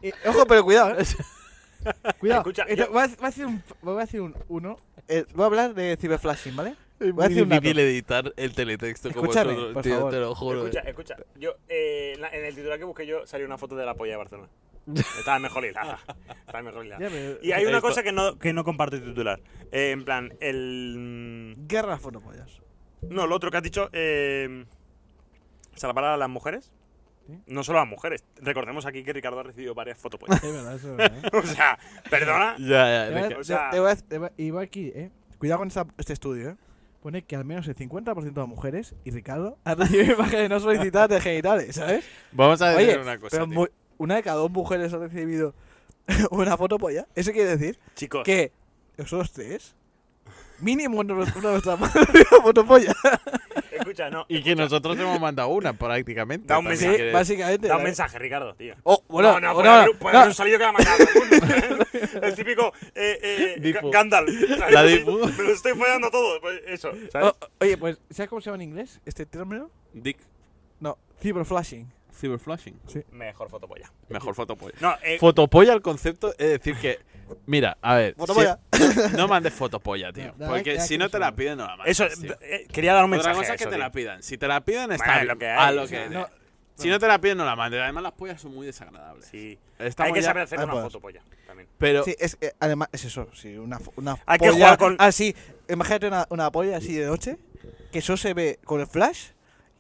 Eh, ojo, pero cuidado, ¿eh? Cuidado. Escucha, Esto- yo- voy, a, voy a hacer un, voy a hacer un uno. Eh, voy a hablar de ciberflashing, ¿vale? Voy a hacer un dato. difícil editar el teletexto como Escúchame, nosotros, por tío, favor. te lo juro. Escucha, escucha. Yo, eh, en la- en el titular que busqué yo salió una foto de la polla de Barcelona. Estaba mejor hilada. Estaba mejor hilada. Ya, pero- Y hay una Esto- cosa que no, que no comparto el titular. Eh, en plan, el. mm, Guerra a fotopollas. No, lo otro que has dicho. Eh, salvar a las mujeres. No solo a las mujeres. Recordemos aquí que Ricardo ha recibido varias fotos. pues. Es verdad, eso es verdad. ¿eh? o sea, perdona. Ya, Te voy a- ya, O te- sea- te voy a- te voy a- Y va aquí, ¿eh? Cuidado con esta- este estudio, ¿eh? Pone que al menos el 50% de mujeres y Ricardo han recibido imágenes no solicitadas de genitales, ¿sabes? Vamos a decir Oye, una cosa. pero tío. mu- una de cada dos mujeres ha recibido una foto polla. Eso quiere decir Chicos, que nosotros tres, mínimo uno de uno de nuestras madres una foto polla. escucha, no. Y que nosotros hemos mandado una prácticamente. Da un también Sí, mensaje. quiere- básicamente. Da un ¿vale? mensaje, Ricardo, tío. Oh, no, bueno, no, puede bueno, haber, puede haber no. un salido que ha matado a todo el mundo. El típico eh, eh, Difu. Ga- Gandalf. La Difu. Me lo estoy follando todo. Pues eso, ¿sabes? Oh, oye, pues, ¿sabes cómo se llama en inglés este término? Dick No, cyberflashing. Cyberflashing. Mejor fotopolla. Mejor fotopolla. No, eh, Fotopolla el concepto es decir que. Mira, a ver. Fotopolla. si- no mandes fotopolla, tío. No, no, hay- Porque hay si que no te la usarlo. piden, no la mandes. eso, tío. eh, quería dar un Otra mensaje. cosa a es que eso, te tío. la pidan. Si te la piden, está Bueno, bien. lo que a hay, lo o sea, que No, Si no te la piden, no la mandes. Además, las pollas son muy desagradables. Sí. Estamos Hay que ya- saber hacer Ah, una pues. fotopolla también. Pero Sí, es que además es eso, sí, una, fo- una Hay que jugar con- Así, imagínate una, una polla así de noche, que solo se ve con el flash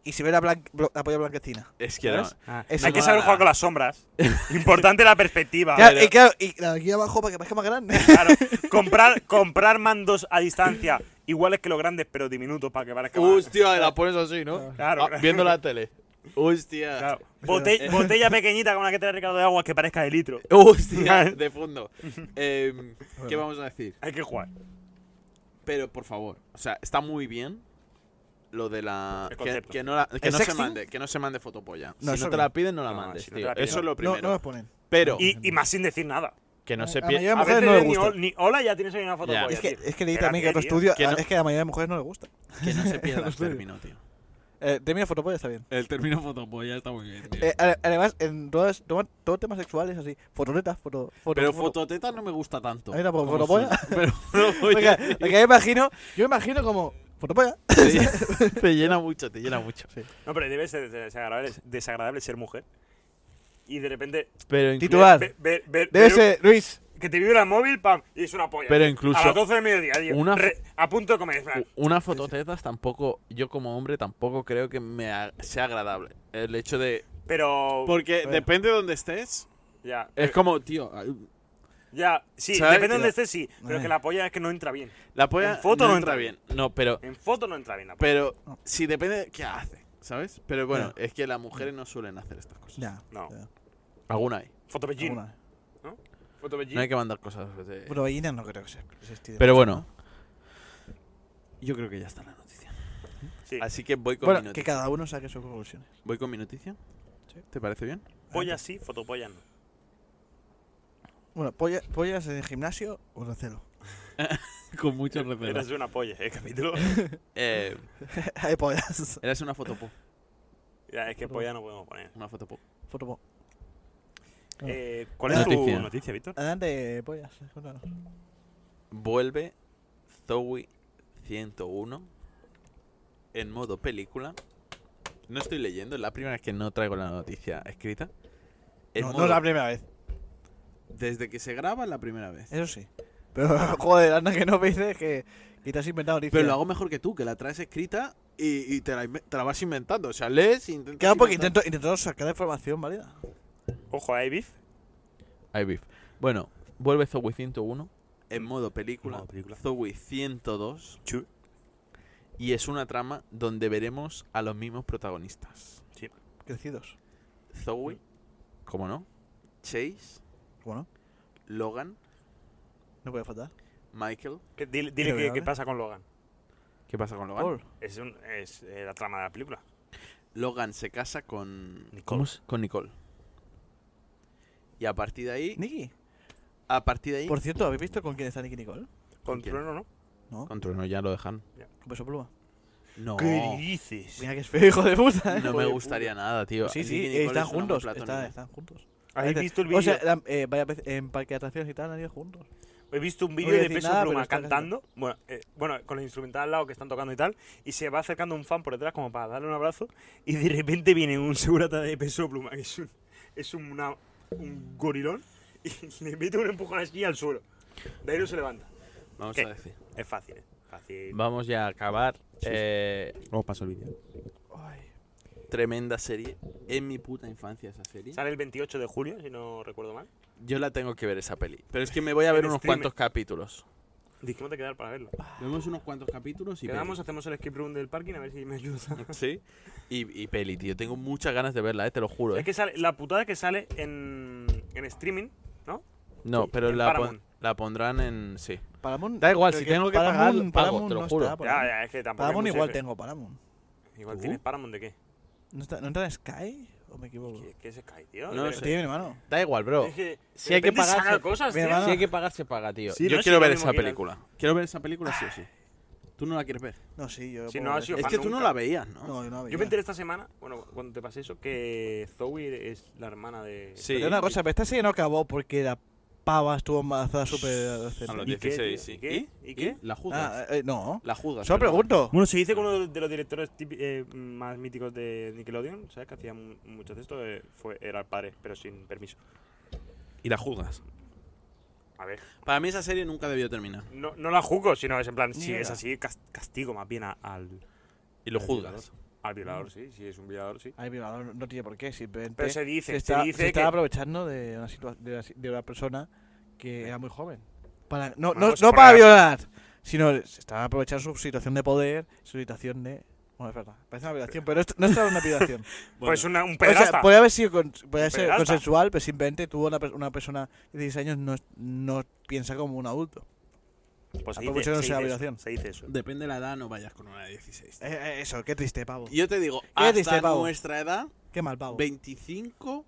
y se ve la, blan- blo- la polla blanquecina. es que no. ¿Sabes? Hay Eso que mola. saber jugar con las sombras. Importante la perspectiva. Claro, pero- y claro, y la de aquí abajo para que parezca más grande. Claro, comprar, comprar mandos a distancia iguales que los grandes, pero diminutos para que parezca más. Hostia, la pones así, ¿no? Claro. Ah, viendo la tele. Hostia. Claro. Bote- botella pequeñita como la que trae Ricardo de agua que parezca de litro. Hostia, de fondo. Em, ¿Qué vamos a decir? Hay que jugar. Pero por favor, o sea, está muy bien lo de la El que, concepto. que no la- que ¿El no se sexting? mande, que no se mande fotopolla. No, si no eso te no. la piden no la No, mandes, si no te tío. la piden, Eso es no. lo No, primero. no los ponen. Oh, Pero Y, y más sin decir nada. que no se la mayoría pierda de A veces mujeres no les ni, gusta. ol- ni hola ya tienes ahí una foto. Ya. polla, Es que, tío. es que leí Pero también que qué, otro tío. estudio, Que no- es que a la mayoría de mujeres no les gusta. que no se pierda el término, tío. Eh, término fotopolla está bien. El término fotopolla está muy bien, tío. Eh, a- además, en todas, toman todos temas sexuales así, fotonetas, foto, foto- pero foto- fototeta no me gusta tanto. A mí tampoco, como fotopolla. suena. Pero Oiga, fotopolla lo que yo imagino, yo imagino como fotopolla. te, te llena mucho, te llena mucho. No, pero debe ser desagradable, desagradable ser mujer. Y de repente. Pero, inclu- Titular. ve- ve- ve- Debe ver- ser, Luis, Que te vibra el móvil, pam, y es una polla. pero A las incluso 12 del mediodía, tío. una fo- Re- a punto de comer. U- Una fototetas tampoco, yo como hombre tampoco creo que me ha- sea agradable. El hecho de... Pero. Porque Bueno. depende de donde estés. Ya. Es como, tío, Ya. Sí, ¿Sabes? depende de Ya. donde estés, sí. Pero Ay. que la polla es que no entra bien. la polla En foto no no entra entra bien. No, pero, En foto no entra bien la polla. pero No. si depende de qué hace, ¿sabes? Pero bueno, es que las mujeres no suelen hacer estas cosas. Ya. No. ya. Alguna hay. Fotopellín. Alguna. Fotopellín. No hay que mandar cosas de- Pero ballenas no creo que sea. ese estilo. Pero bueno. Yo creo que ya está la noticia. Sí. Así que voy con mi Bueno, que noticia. cada uno saque sus conclusiones. ¿Voy con mi noticia? ¿Te parece bien? Polla sí, fotopolla no. Bueno, polla- pollas en el gimnasio o recelo. Con mucho Eres una polla, eh, capítulo. Eh, Hay pollas. eras una fotopo. ya, es que polla no podemos poner. Una fotopo. Fotopo. Claro. Eh, ¿Cuál La es tu noticia. noticia, Víctor? Adelante, pollas. cuéntanos. Vuelve Zoe 101 en modo película. No estoy leyendo, es la primera vez que no traigo la noticia escrita. En No, no modo- es la primera vez. Desde que se graba es la primera vez. Eso sí. Pero, joder, anda que no me dices que, que te has inventado noticias. Pero lo hago mejor que tú, que la traes escrita y, y te, la, inve- te la vas inventando. O sea, lees e intentas. Claro, porque inventar. intento, intento sacar información válida. Ojo, hay beef. Ahí, bif. Bueno, vuelve Zoe 101 en modo película. Modo película. Zoe 102. Chu. Y es una trama donde veremos a los mismos protagonistas. Crecidos. Zoe, ¿cómo no? Chase, Bueno. Logan, No puede faltar. Michael, Que Dile, dile qué- qué Inolvidable. pasa con Logan. ¿qué pasa con Logan? Paul. Es, un- es eh, la trama de la película. Logan se casa con Nicole. ¿cómo es? con Nicole. Y a partir de ahí, Nicky. a partir de ahí, Por cierto, ¿habéis visto con quién está Nicky Nicole? Con quién? Trueno, ¿no? ¿No? con Trueno ya lo dejan. Con peso pluma. No. dices? Mira que es feo, hijo de puta. ¿eh? No Hijo me de gustaría nada, tío. Sí, sí, Nicky eh, Nicole están es un juntos. amor está- platónicamente. están juntos. ¿Habéis Gente, visto el O vídeo? sea, la- eh, varias veces en parque de atracciones y tal han ido juntos. He visto un vídeo voy de a decir Peso nada, pero Pluma está cantando, bueno, eh, bueno, con el instrumental al lado que están tocando y tal, y se va acercando un fan por detrás como para darle un abrazo, y de repente viene un segurata de Peso Pluma, que es un, es un- una- un gorilón, y le mete un empujón así al suelo. De ahí no se levanta. Vamos ¿Qué? a decir. Es fácil, ¿eh? Fácil. Vamos ya a acabar. Eh, Luego paso el vídeo. tremenda serie. En mi puta infancia esa serie. Sale el 28 de julio, si no recuerdo mal. Yo la tengo que ver esa peli. Pero es que me voy a ver En unos streaming. cuantos capítulos. Dijimos de quedar para verlo. Vemos unos cuantos capítulos y. Quedamos, hacemos el skip room del parking, a ver si me ayuda. ¿Sí? Y, y peli, tío. Tengo muchas ganas de verla, eh, te lo juro. Es eh. que sale, la putada que sale en, en streaming, ¿no? No, pero en la, pon- Paramount. la pondrán en. Sí. Paramount. Da igual, creo si tengo que pagar, Paramount- pago, Paramount te lo no juro. está, Ya, Paramount. ya, es que tampoco. hay Paramount mucho igual F. tengo, Paramount. Igual ¿Tú? tienes Paramount de qué? ¿No, está, ¿No entra en Sky? ¿O me equivoco? ¿Qué, qué es Sky, tío? No De- Uh. sé. Lo tiene mi hermano. Da igual, bro. Es que Si hay que pagar pagarse- cosas, Mi tío. hermano- Si hay que pagar, se paga, tío. Sí, Yo no, quiero sí, ver lo mismo esa que la- película. Quiero ver esa película sí o sí. Tú no la quieres ver. No, sí, yo. Sí, puedo no ha ver sido eso. Es que tú no nunca. la veías, ¿no? No, yo no había. Yo me enteré esta semana, bueno, cuando te pasé eso, que Zoe es la hermana de. Sí. Pero una cosa, pero esta serie no acabó porque la pava estuvo embarazada súper. A los ¿Y qué, 16, tío? sí. ¿Y qué? ¿Y qué? La juzgas. Ah, eh, no. La juzgas. Solo perdón. pregunto. Bueno, se dice que uno de los directores típi- eh, más míticos de Nickelodeon, ¿sabes? Que hacía mu- mucho de esto, eh, fue, era el padre, pero sin permiso. Y la juzgas. A ver, Para mí esa serie nunca debió terminar. no, no la juzgo, sino es en plan, si Mierda. es así, cas- castigo más bien a- al, Y lo juzgas. al violador, sí. Si es un violador, sí. Ay, violador, no tiene por qué. simplemente Pero se dice, se, se, está, dice se que. estaba aprovechando de una, situa- de, una, si- de una persona que era muy joven. Para, no, Bueno, no, pues no por para la- violar, sino se estaba aprovechando su situación de poder, su situación de. Bueno, es verdad, parece una violación, pero esto- no es una violación. Pues una- un o sea, pedrasta. podría haber sido con- podría Un ser pederasta. consensual, pero simplemente tuvo una, per- una persona de 16 años no, es- no piensa como un adulto. Pues se Ah, dice, pues eso no se sea dice violación. eso, se dice eso. Depende de la edad, no vayas con una de 16. Eh, eh, eso, qué triste, pavo. Yo te digo, triste, hasta pavo. nuestra edad, Qué mal, pavo. 25,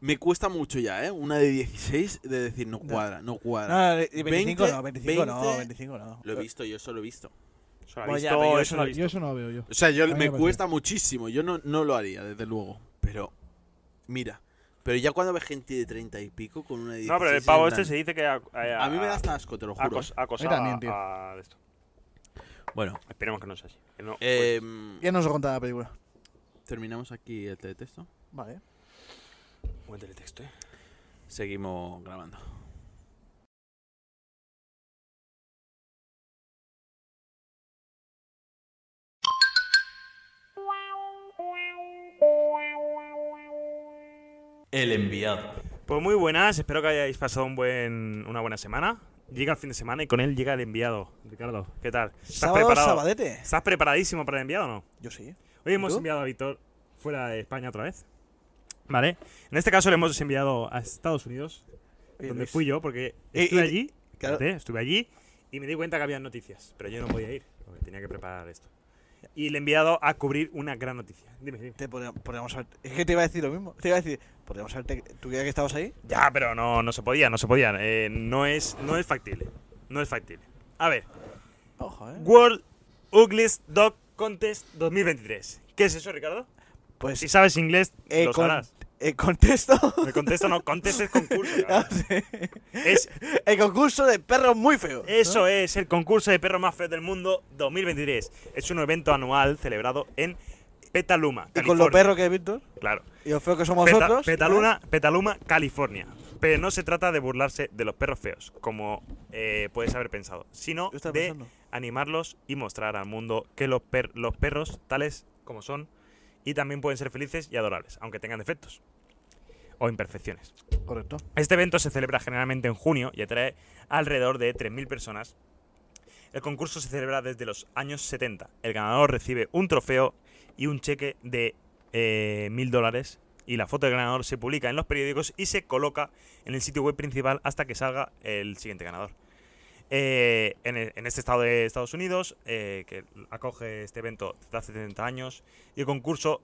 me cuesta mucho ya, ¿eh? Una de 16 de decir no cuadra, no cuadra. Ah. No, de- de 25 20, no, 25 no, 20, 25 no. Lo he visto, yo solo he visto. Eso lo ha Bueno, pues ya, visto, pero yo eso eso lo ha no- visto. Yo eso no lo veo yo. O sea, yo mí me me parece. cuesta muchísimo. Yo no, no lo haría, desde luego. Pero, mira. Pero ya cuando ves gente de 30 y pico con una de 16. No, pero el en pavo plan- este se dice que. A, A mí me da hasta asco, te lo juro. eh. acos, acosaba A mí también, tío. a esto. Bueno, Esperemos que no sea así. que no- eh, Ya nos lo contaba la película. terminamos aquí el teletexto. Vale. Buen teletexto, eh. Seguimos grabando. El enviado. Pues muy buenas, espero que hayáis pasado un buen, una buena semana. Llega el fin de semana y con él llega el enviado. Ricardo, ¿qué tal? ¿Estás Sábado, preparado? sabadete. ¿Estás preparadísimo para el enviado o no? Yo sí. Hoy hemos tú? enviado a Víctor fuera de España otra vez. Vale. En este caso le hemos enviado a Estados Unidos, Oye, donde Luis. fui yo, porque Eh, estuve y- allí. claro. espérate, estuve allí y me di cuenta que había noticias, pero yo no podía ir, porque tenía que preparar esto. Y le he enviado a cubrir una gran noticia. Dime, dime. Te podría- podríamos haber- es que te iba a decir lo mismo. Te iba a decir, podríamos haberte. ¿Tú creías que estabas ahí? Ya, pero no, no se podía, no se podía. Eh, no, es, no es factible. No es factible. A ver, Ojo, eh. World Ugliest Dog Contest 2023. ¿Qué es eso, Ricardo? Si Pues. sabes inglés, Eh, lo con- sabrás. eh, contesto. El contesto no, contest es concurso. cabrón. Es, El concurso de perros muy feo. eso es el concurso de perros más feos del mundo 2023. Es un evento anual celebrado en Petaluma, Y California. con los perros que es Víctor. Claro. Y los feos que somos Peta- nosotros. Petaluna, Petaluma, California. Pero no se trata de burlarse de los perros feos, como eh, puedes haber pensado, sino ¿eh? Yo estaba de pensando. animarlos y mostrar al mundo que los, per- los perros, tales como son, y también pueden ser felices y adorables, aunque tengan defectos o imperfecciones. Correcto. Este evento se celebra generalmente en junio y atrae alrededor de 3.000 personas. El concurso se celebra desde los años 70. El ganador recibe un trofeo y un cheque de eh, 1.000 dólares y la foto del ganador se publica en los periódicos y se coloca en el sitio web principal hasta que salga el siguiente ganador. eh, en, e- en este estado de Estados Unidos, eh, que acoge este evento desde hace 70 años, y el concurso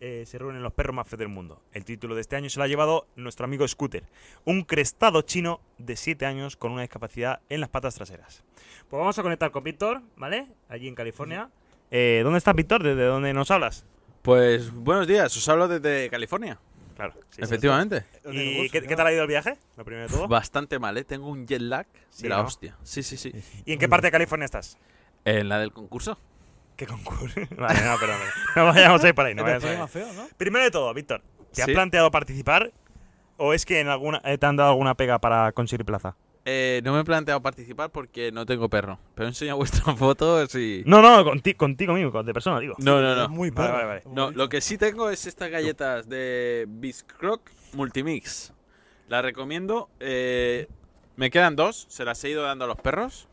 eh, se reúnen los perros más feos del mundo. El título de este año se lo ha llevado nuestro amigo Scooter, un crestado chino de 7 años con una discapacidad en las patas traseras. Pues vamos a conectar con Víctor, ¿vale? Allí en California. Eh, ¿Dónde estás, Víctor? ¿Desde dónde nos hablas? Pues buenos días, os hablo desde California. Claro. sí, sí, Efectivamente. ¿Y qué, qué tal ha ido el viaje? Lo primero de todo. Bastante mal, ¿eh? Tengo un jet lag Sí, de la ¿no? hostia. Sí, sí, sí. ¿Y en qué parte de California estás? En la del concurso. ¿Qué concurso? vale, no, perdón. No vayamos a ir por ahí, no Es vayamos a el ir. más feo, ¿no? Primero de todo, Víctor, ¿te has Sí. planteado participar? ¿O es que en alguna, eh, te han dado alguna pega para conseguir plaza? Eh, no me he planteado participar porque no tengo perro. Pero enseño vuestras fotos y. No, no, conti- contigo mismo, con- de persona, digo. No, no, Es no. muy Vale, perro, vale, vale. como No, dices. lo que sí tengo es estas galletas de Biscroc Multimix. Las recomiendo. eh, me quedan dos, se las he ido dando a los perros.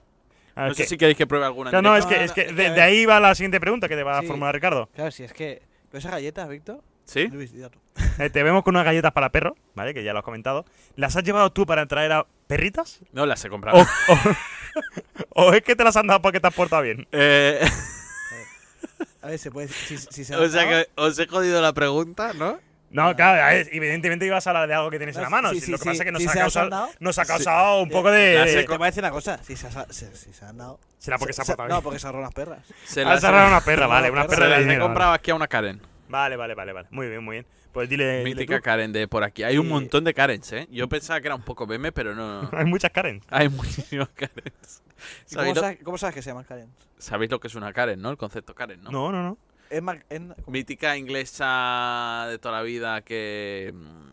A ver, No sé que- si queréis que pruebe alguna. Claro, en Ah, no, es directo. que, No, es no, que es de, que a de eh. ver. ahí va la siguiente pregunta que te va a Sí. formular Ricardo. Claro, si es que. Pero esas galletas, Víctor. ¿Sí? Luis, di dato. Eh, te vemos con unas galletas para perro, ¿vale? Que ya lo has comentado. ¿Las has llevado tú para traer a perritas? No, las he comprado. ¿O, o- o es que te las han dado porque te has portado bien? Eh, A ver, se puede. Si, si se o sea que os he jodido la pregunta, ¿no? No, claro, a ver, evidentemente ibas a hablar de algo que tienes en la Sí, mano. Ah. sí, si lo que sí, pasa es que nos, sí, ha, se las han causado, dado. nos ha causado un poco de. Las he de Te voy a decir una cosa. Si se, ha- se- si se han dado. Ah, será porque se ha portado No, bien. porque se ahorró unas perras. Se Has he- cerrado una perra, vale, una Se se perra de las he dinero, comprado aquí a una Karen. Vale, vale, vale, vale. Muy bien, muy bien. Pues dile. dile Mítica tú. Karen de por aquí. Hay un Y- montón de Karens, ¿eh? Yo pensaba que era un poco meme, pero no. no, no. Hay muchas Karen. Hay muchísimas Karens. ¿Y ¿Cómo, ¿Sabéis lo, sabes, cómo sabes que se llaman Karen? sabéis lo que es una Karen, no? El concepto Karen, ¿no? No, no, no. Es mar- en- Mítica inglesa de toda la vida que. mm,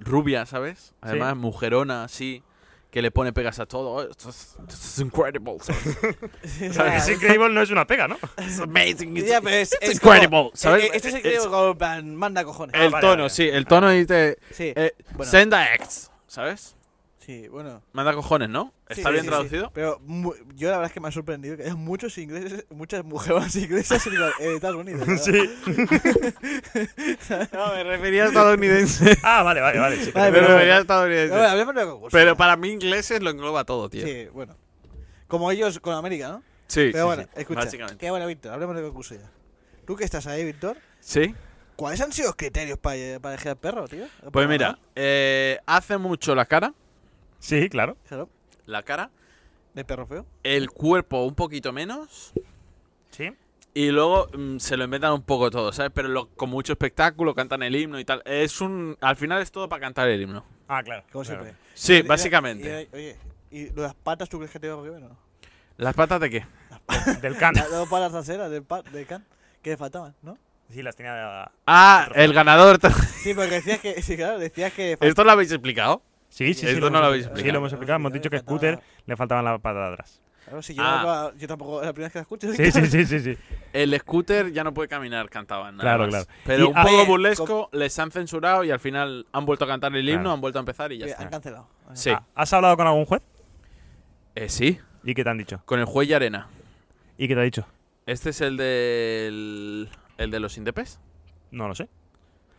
Rubia, ¿sabes? Además, mujerona, así. Que le pone pegas a todo. Oh, esto es, esto es incredible. ¿sabes? Sabes que es increíble, no es una pega, ¿no? It's amazing. it's- Ya, pero es, it's es como- incredible, ¿sabes? eh, eh, Este es el que Es- digo como en plan, manda cojones. El vale, tono, vale. sí. El tono dice. Sí, eh, bueno. Senda ex, ¿sabes? sí, bueno. Manda cojones, ¿no? Sí, ¿Está sí, bien sí, traducido? sí. Pero mu- yo la verdad es que me ha sorprendido que haya muchos ingleses, muchas mujeres inglesas en, en Estados Unidos. ¿verdad? Sí. No, me refería a estadounidense. Ah, vale, vale, vale. sí, Vale, me pero- refería Pero a bueno, estadounidense. hablemos de concurso. Pero para mí ingleses lo engloba todo, tío. Sí, bueno. Como ellos con América, ¿no? Sí, Pero bueno, escucha. Básicamente. Qué bueno, Víctor, hablemos de concurso ya. Tú que estás ahí, Víctor, Sí. ¿cuáles han sido los criterios eh, para, para elegir al perro, tío? Pues mira, eh, hace mucho la cara, Sí, claro. Claro, la cara, de perro feo. el cuerpo un poquito menos Sí. y luego mm, se lo inventan un poco todo, ¿sabes? Pero lo- con mucho espectáculo, cantan el himno y tal. Es un, al final es todo para cantar el himno. Ah, claro. Como claro. siempre. Sí, Y- y- básicamente. y- oye, ¿y lo de las patas tú crees que te va a ver o no? ¿Las patas de qué? Del can. Las dos patas traseras del, pa- del can que le faltaban, ¿no? Sí, las tenía. Ah, el ganador. Sí, porque decías que, sí, claro, decías que fal- ¿Esto lo habéis explicado? Sí, sí, sí. lo Esto no hemos lo habéis explicado. Sí, explicado. lo hemos explicado. Hemos dicho que Scooter le faltaban las patas de atrás. Claro, si yo, Ah. no acabo- yo tampoco, la primera vez que la escucho. Sí, sí, sí, sí. sí. El scooter ya no puede caminar, cantaban. nada Claro, más. claro. Pero Y un a- poco Eh, burlesco, les han censurado y al final han vuelto a cantar el himno, Claro. han vuelto a empezar y ya Oye, está. han cancelado. Sí. Eh, Ah, ¿Has hablado con algún juez? Eh, sí, ¿Y qué te han dicho? con el juez y arena. ¿Y qué te ha dicho? ¿Este es el del. el de los Indepes? No lo sé.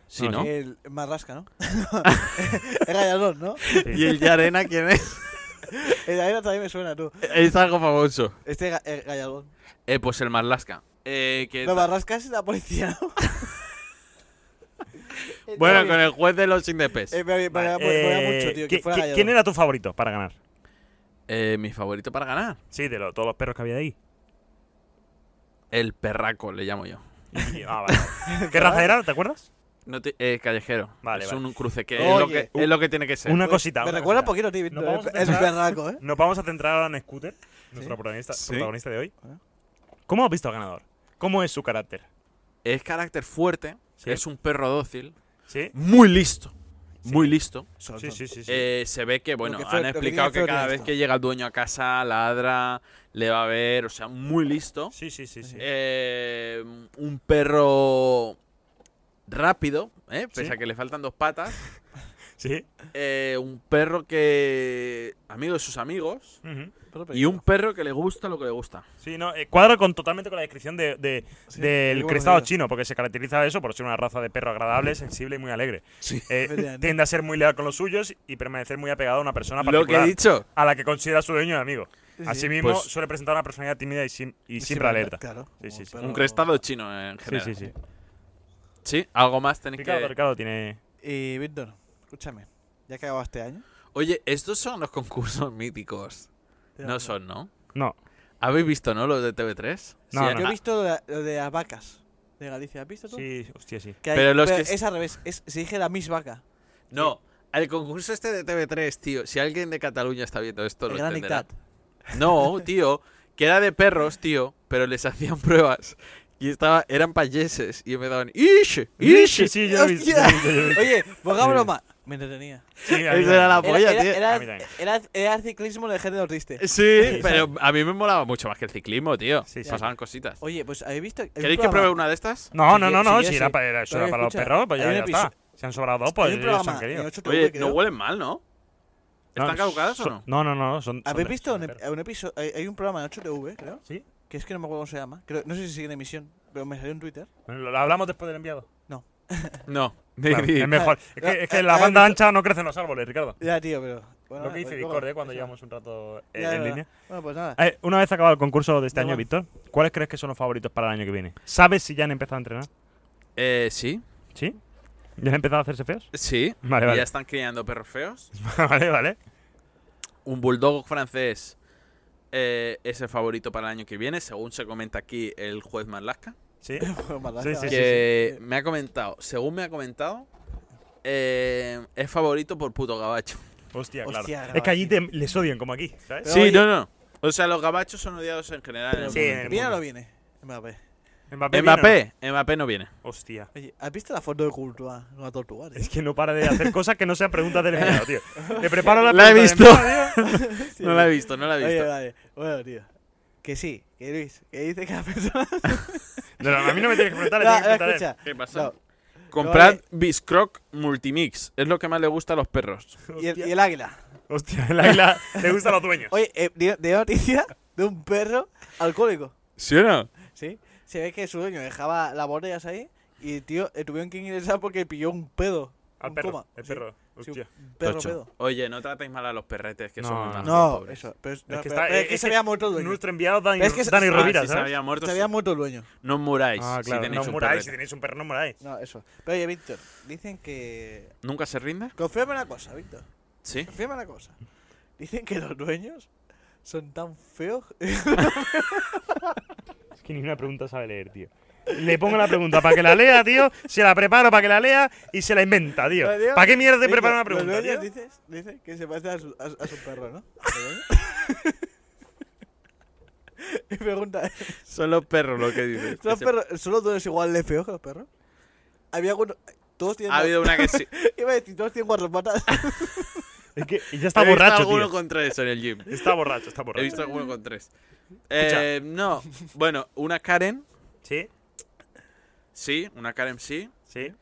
Sí, No, ¿no? El más rasca, ¿no? Era Yalón, ¿no? ¿Y el Yarena quién es? El Yalón también me suena, tú. es algo famoso. Este ga- el Gallardón. Eh, pues el Marlaska. Eh, que Los más rascas es la policía, ¿no? bueno, con el juez de los Indepes. Eh, me, me- me- me- me- me- me- me- mucho, tío, Eh, ¿qui- que fuera qui- Gallardón. ¿Quién era tu favorito para ganar? Eh, mi favorito para ganar. Sí, de lo- todos los perros que había ahí. El perraco, le llamo yo. Y- ah, vale, vale. ¿Qué raza era? ¿Te acuerdas? No te- eh, callejero. Vale, es vale. un cruce que, Oye. es lo que es lo que tiene que ser. Una Pues, cosita. Me una recuerda un cosita. poquito, tío, Víctor, vamos a el, el centrar- perraco, ¿eh. Nos vamos a centrar ahora en Scooter, nuestro protagonista, Sí. protagonista de hoy. Ah. ¿Cómo has visto al ganador? ¿Cómo es su carácter? Es carácter fuerte, Sí. es un perro dócil, ¿Sí? muy listo. Muy listo. Sí, sí, sí. sí. Eh, se ve que, bueno, que fue- han lo que explicado tiene que, feo cada tiene vez esto. que llega el dueño a casa, ladra, le va a ver, o sea, muy listo. sí, sí, sí, sí. Eh, un perro rápido, ¿eh? pese Sí. a que le faltan dos patas. Sí. Eh, un perro que. amigo de sus amigos. Ujú. Y un perro que le gusta lo que le gusta. Sí, no, eh, cuadra con, totalmente con la descripción de, de- Sí, del digo, crestado bueno, chino, porque se caracteriza eso por ser una raza de perro agradable, sensible y muy alegre. Eh, Efectivamente. tiende a ser muy leal con los suyos y permanecer muy apegado a una persona Lo que he particular dicho. a la que considera su dueño y amigo. sí, sí. Asimismo, Pues- suele presentar una personalidad tímida y, sim- y Sí, siempre pero- alerta. Claro. Sí, sí, sí. Pero- Un crestado chino en Sí, general. sí, sí. Sí, algo más tenéis Ricardo, que. Ricardo tiene. Y Víctor, escúchame. Ya que acabado este año. Oye, estos son los concursos míticos. Pero- No son, ¿no? No. ¿Habéis visto, no? Los de TV3. No, Sí, no. Yo he ah, visto lo de, lo de las vacas de Galicia. ¿Has visto tú? Sí, hostia, sí. Que hay- Pero los que- Es al revés. Es, se dije la Miss Vaca. No, el concurso este de TV3, tío. Si alguien de Cataluña está viendo esto, El lo Gran entenderá. Dictat. No, tío, que era de perros, tío, pero les hacían pruebas. Y estaba, eran payeses y empezaban ¡Ish! Sí, ¡Ish! sí, yo lo he visto. Hostia. yo lo he visto. Oye, pongámoslo Sí. más. Me entretenía. Sí, a mí Eso también. era la- Apoya, era, Ah, pues tío. era- A mí también. era- era el ciclismo de género triste. Sí, pero a mí me molaba mucho más que el ciclismo, tío. Sí, sí. Pasaban cositas. Oye, pues ¿habéis visto? hay un ¿Queréis que programa- pruebe una de estas? No, Si no, no, quie- si no, quieres, si era sí. pa- era- eso Pero era para los escucha, perros, pues hay ya, un ya está. episodio- Se han sobrado dos, hay pues un ellos se han programa en querido. 8TV, Oye, creo. no huelen mal, ¿no? ¿Están caducadas o no? No, no, no, son. son ¿Habéis de- visto son de un, ep- perros. un episodio? Hay, hay un programa en 8TV, creo. ¿Sí? Que es que no me acuerdo cómo se llama. Creo, no sé si sigue en emisión, pero me salió en Twitter. Lo lo hablamos después del enviado. No. Claro, es mejor. Es que, es que en la Ah, banda ah, ancha no crecen los árboles, Ricardo. Ya, tío, pero. bueno, Lo que dice pues, Discord luego- ¿eh? cuando eso. llevamos un rato eh, Ya, en ya, ya. línea. Bueno, pues nada. Eh, una vez acabado el concurso de este Ya, año, bueno. Víctor, ¿cuáles crees que son los favoritos para el año que viene? ¿Sabes si ya han empezado a entrenar? Eh, sí, ¿Sí? ¿Ya han empezado a hacerse feos? sí. Vale, Ya vale. están criando perros feos. vale, vale. Un bulldog francés eh, es el favorito para el año que viene, según se comenta aquí el juez Marlaska. Sí. Pues, maldad, Sí, sí, ¿sabes? sí. que me ha comentado, según me ha comentado, eh, es favorito por puto gabacho. Hostia, claro. Hostia, es que allí grabación. ¿Eh? te- les odian, como aquí, ¿sabes? Pero oye- no. O sea, los gabachos son odiados en general. en el Sí, mundo. en el ¿Viene o mundo. no viene? Mbappé. Mbappé. vino, Mbappé, Mbappé no viene. ¿no? Hostia. Oye, ¿has visto la foto de Courtois con la tortuga? tío? Es que no para de hacer cosas que no sean preguntas del enviado, tío. Le preparo la La he pregunta del visto. enviado, tío. Sí, No la he visto, no la he Oye, visto. vale. Bueno, tío. Que sí, que Luis, que dice que la persona. No, no, a mí no me tienes que preguntar, le No, tienes que no, preguntar. a él. escucha. ¿Qué pasa? No. Comprad vale. Biscroc Multimix. Es lo que más le gusta a los perros. eh, Y el, y el águila. Hostia, el águila le gusta a los dueños. Oye, eh, dio, dio noticia de un perro alcohólico. ¿Sí o no? ¿Sí? Se ve que su dueño dejaba las botellas ahí y, tío, eh, tuvieron que ingresar porque pilló un pedo. Al un perro, coma. el Sí, perro. sí, Hostia. un perro Tocho. pedo. Oye, no tratéis mal a los perretes, que No, son no, muy malos. No, pobres. eso. Pero, no, Es que pero- está- eh, pero es es que se que había muerto el dueño. Nuestro enviado Dani, Pero es que se- Dani ah, Rovira, si se ¿sabes? había muerto, Se sí. había muerto el dueño. No muráis Ah, si claro. tenéis no un muráis, si perrete. tenéis un perro, no muráis. No, eso. Pero oye, Víctor, dicen que. ¿Nunca se rinde? Confirma una cosa, Víctor. Sí. Confirma una cosa. Dicen que los dueños son tan feos. Es que ni una pregunta sabe leer, tío. Le pongo la pregunta para que la lea, tío. Se la preparo para que la lea y se la inventa, tío. No, tío. pues ¿Para qué mierda te Víctor, preparo una Los pregunta, dueños tío? dices, dicen que se parece a su, a, su- a su perro, ¿no? Mi pregunta es, Son los perros lo que dices. ¿son, los Que se- perros, ¿son los dueños igual de feos que los perros? Había alguno... Todos tienen... Ha habido una que sí. Iba a decir, todos tienen cuatro patas. Es que ya está He visto borracho, alguno tío. con tres en el gym. Está borracho, está He borracho. visto alguno con tres. Eh, no, bueno, una Karen, Sí, sí, una Karen sí. sí.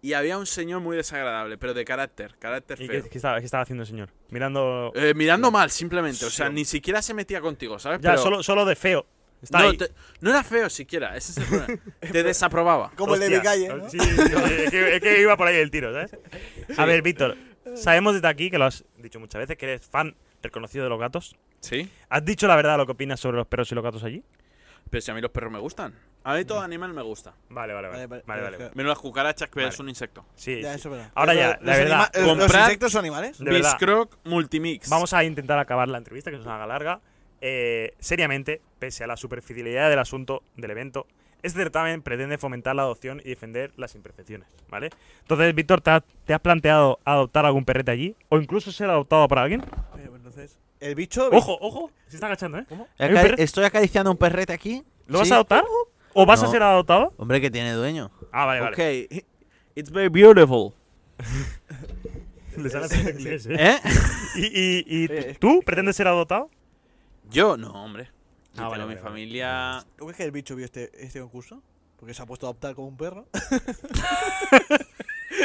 Y había un señor muy desagradable, pero de carácter, carácter ¿Y qué, feo. qué estaba, qué estaba haciendo el señor? Mirando. Eh, mirando mal, simplemente. O sea, Sí. ni siquiera se metía contigo, ¿sabes? ya, Pero- solo, solo de feo. Está no, ahí. te- no era feo siquiera, ese es el problema. Te desaprobaba. Como el de Hostia. mi calle, ¿no? Sí, sí, sí, es, que, es que iba por ahí el tiro, ¿sabes? A ver, Víctor, sabemos desde aquí que lo has dicho muchas veces, que eres fan reconocido de los gatos. Sí, ¿Has dicho la verdad lo que opinas sobre los perros y los gatos allí? pero si a mí los perros me gustan. A mí todo Mm. animal me gusta. Vale, vale, vale. Vale, Vale, vale, vale. claro. Menos las cucarachas, que Vale. es un insecto. Sí, Ya, sí. eso es verdad. Ahora ya, Pero la verdad. anima- los- ¿Los Comprar- insectos son animales? De verdad. Biscroc Multimix. Vamos a intentar acabar la entrevista, que es una haga larga. Eh, seriamente, pese a la superficialidad del asunto del evento, este certamen pretende fomentar la adopción y defender las imperfecciones, ¿vale? Entonces, Víctor, ¿te, has- te has planteado adoptar algún perrete allí? ¿O incluso ser adoptado por alguien? Oye, pues Entonces, el bicho... ¡Ojo, ojo! Se está agachando, ¿eh? Hay un Acari- perre- Estoy acariciando un perrete aquí. ¿Lo vas Sí. a adoptar? ¿O vas a No. ser adoptado? Hombre, que tiene dueño. Ah, Eh, vale, vale. Ok, it's very beautiful. Le sale hacer inglés, ¿eh? ¿Eh? ¿Y, y- y Sí, es tú pretendes ser adoptado? Yo no, hombre. Yo Ah, vale, tengo mi vale, vale. familia. ¿Tú crees que el bicho vio este, este concurso? Porque se ha puesto a adoptar como un perro.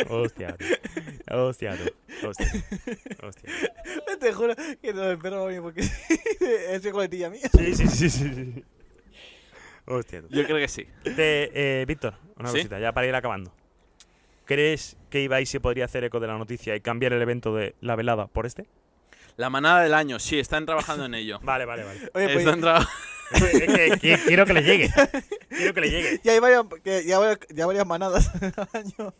Hostia, tú. Hostia, tú. Hostia. Hostia. Te juro que no, el perro no viene porque es de coletilla mía. Sí, sí, sí, sí, sí. Hostia, tú. Yo creo que sí. Te, eh, Víctor, una ¿Sí? cosita, ya para ir acabando. ¿Crees que Ibai se podría hacer eco de la noticia y cambiar el evento de la velada por este? La manada del año, sí, están trabajando en ello. Vale, vale, vale. Oye, pues, Están traba- Es que- que- quiero que le llegue. Quiero que le llegue. ya hay varias, que ya, varias, ya varias manadas al año.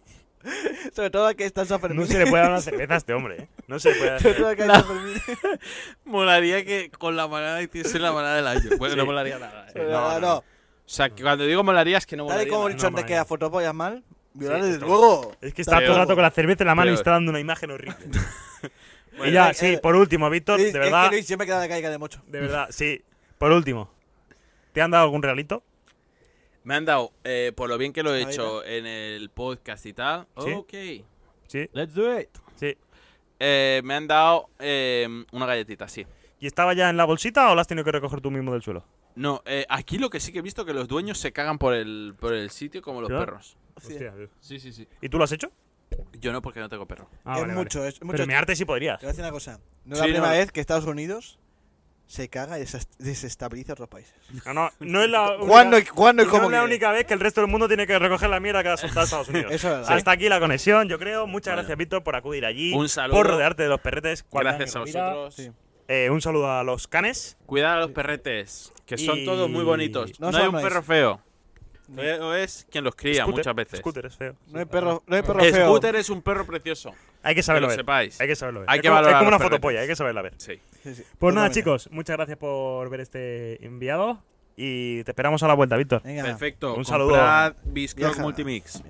Sobre todo la que está en San Fermín. No se le puede dar una cerveza a este hombre, ¿eh? No se le puede Sobre dar. todo la que hay en San Fermín. Molaría que con la manada hiciese la manada del año. Bueno, Sí. no molaría nada. Sí, ¿eh? Pero no, no, no, no. O sea, que cuando digo molaría es que no Tal y molaría. como he nada. dicho antes no, que no. a fotopollas mal, violar Sí, desde total. luego. Es que está todo el rato con la cerveza en la mano y Peor. está dando una imagen horrible. Bueno, y ya, eh, sí, eh, por último, Víctor, Luis, de verdad, Es que Luis siempre queda la caiga de mocho. de verdad, sí. Por último, ¿te han dado algún regalito? Me han dado, eh, por lo bien que lo he Ahí hecho en el podcast y tal. Sí. Ok. Sí, Let's do it. sí. Eh, me han dado eh, una galletita, sí. ¿Y estaba ya en la bolsita o la has tenido que recoger tú mismo del suelo? No, eh, aquí lo que sí que he visto que los dueños se cagan por el, por el sitio como los Claro. perros. Hostia, Hostia. Sí, sí, sí. ¿Y tú lo has hecho? Yo no, porque no tengo perro. Ah, es vale, vale. mucho, es mucho. Pero mearte sí podrías. Te voy a decir una cosa. No es la Sí, primera no. vez que Estados Unidos se caga y desest- desestabiliza otros países. No, no, no es la única, ¿Cuándo y, cuándo y no cómo? es la quiere? única vez que el resto del mundo tiene que recoger la mierda que ha soltado Estados Unidos. Eso es verdad. Hasta aquí la conexión, yo creo. Muchas Bueno. gracias, Víctor, por acudir allí. Un saludo. Por rodearte de los perretes. cuando Gracias a alguien nos mira. vosotros. Sí. Eh, un saludo a los canes. Cuidad a los perretes, que son Y- todos muy bonitos. No No, hay son un nice. perro feo. Feo es quien los cría Scooter. muchas veces. Scooter es feo. No hay perro, no hay perro feo. Scooter es un perro precioso. Hay que Que saberlo lo ver. sepáis. Hay que saberlo ver. Hay es que como, valorar es como los una perretes. fotopolla, hay que saberla ver. Sí. Sí, sí, Pues nada, totalmente. chicos, muchas gracias por ver este enviado. Y te esperamos a la vuelta, Víctor. Venga. Perfecto. Un saludo. Comprad Biscroc Viaja. Multimix.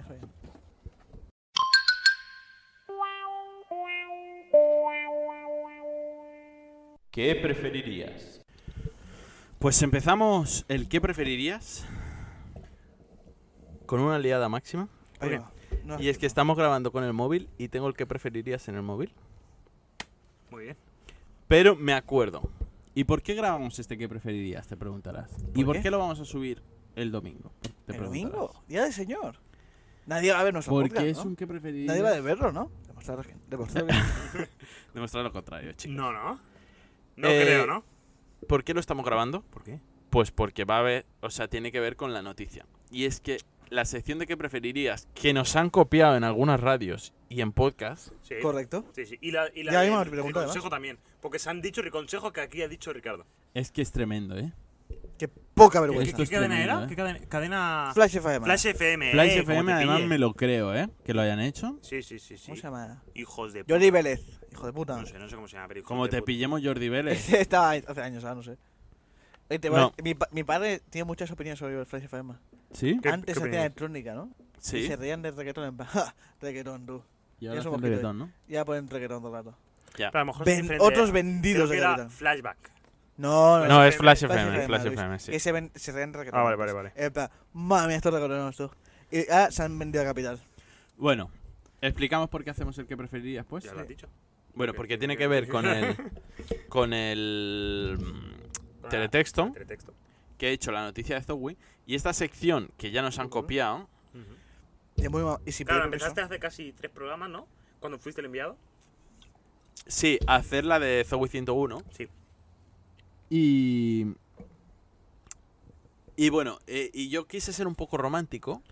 ¿Qué preferirías? Pues empezamos el ¿qué preferirías? Con una liada máxima. Ahí va. Ah. No, este Y es que estamos grabando con el móvil y tengo el ¿qué preferirías en el móvil. Muy bien. Pero me acuerdo. ¿Y por qué grabamos este que preferirías? Te preguntarás. ¿Y ¿Por por qué? qué lo vamos a subir el domingo? Te ¿El preguntarás. domingo? Día del señor. Nadie va a ver nuestro Porque podcast, es ¿no? un que preferirías. Nadie va a verlo, ¿no? Demostrar que... demostrar que- Demostrar lo contrario, chicos. No, no. No Eh, creo, ¿no? ¿Por qué lo estamos grabando? ¿Por qué? Pues porque va a haber, o sea, tiene que ver con la noticia. Y es que la sección de que preferirías, que nos han copiado en algunas radios y en podcast, Sí. Correcto. Sí, sí. Y la, y la Ya del mismo te pregunto, Riconsejo también. Porque se han dicho Riconsejo que aquí ha dicho Ricardo. Es que es tremendo, ¿eh? Qué poca ¿Qué, vergüenza. Esto qué es cadena tremendo, era? ¿eh? ¿Qué cadena? cadena- Flash FM. Flash FM. Flash eh, como FM, te además pille. me lo creo, ¿eh? Que lo hayan hecho. Sí, sí, sí. sí. ¿Cómo se llama? Hijos de Jordi Vélez. Hijo de puta. No sé, no sé cómo se llama, pero hijos Como de te puta. pillemos Jordi Vélez. Este estaba hace años, ahora no sé. Oye, te voy a- No. mi, pa- mi padre tiene muchas opiniones sobre el Flash FM. ¿Sí? ¿Qué- Antes qué hacía opinión? electrónica, ¿no? Y sí, se reían del reggaetón en plan, ¡ja! Reggaetón, tú. Y ahora es hacen un poquito, reggaetón, ¿no? Ya ponen reggaetón todo el rato. Pero a lo mejor es Ven- diferente. otros eh, Creo que vendidos de era reggaetón. flashback. No, no, No, es Flash Flash FM, Flash Luis, FM, sí. Que se, ven, se reían reggaetón. Ah, vale, vale, vale. En plan, madre mía, estos reggaetoneros, tú. Y ahora se han vendido a Capital. Bueno, explicamos por qué hacemos el que preferirías, pues. Ya lo has dicho. Bueno, porque tiene que ver con el, con el mm, teletexto Teletexto. que he hecho la noticia de Zowie y esta sección que ya nos han copiado. Y, es muy ma- y sin Claro, pedir permiso. empezaste hace casi tres programas, ¿no? Cuando fuiste el enviado. Sí, hacer la de Zowie 101. Sí. Y. Y bueno, eh, y yo quise ser un poco romántico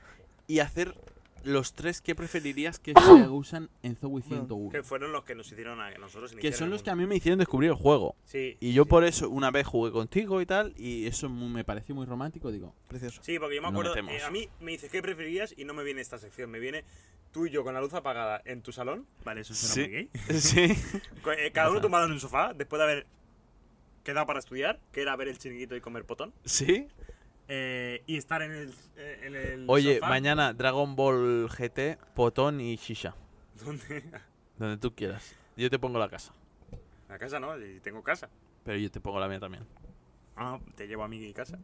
y hacer los tres que preferirías que ¿Qué se usan en Zowie 101? Que fueron los que nos hicieron a nosotros. que iniciar son en los el que a mundo. mí me hicieron descubrir el juego. Sí. Y yo por eso una vez jugué contigo y tal, y eso mu- me pareció muy romántico, digo. Precioso. Sí, porque yo me No acuerdo. metemos. eh, a mí me dices qué preferirías y no me viene esta sección. Me viene tú y yo con la luz apagada en tu salón. Vale, eso suena Sí. muy gay. Sí. Co- eh, Cada uno tumbado en un sofá después de haber quedado para estudiar, que era ver el chiringuito y comer potón. ¿Sí? eh, y estar en el, eh, en el Oye, sofá. mañana Dragon Ball GT, Potón y Shisha. ¿Dónde? Donde tú quieras. Yo te pongo la casa. A casa no, y tengo casa. Pero yo te pongo la mía también. Ah, te llevo a mi casa.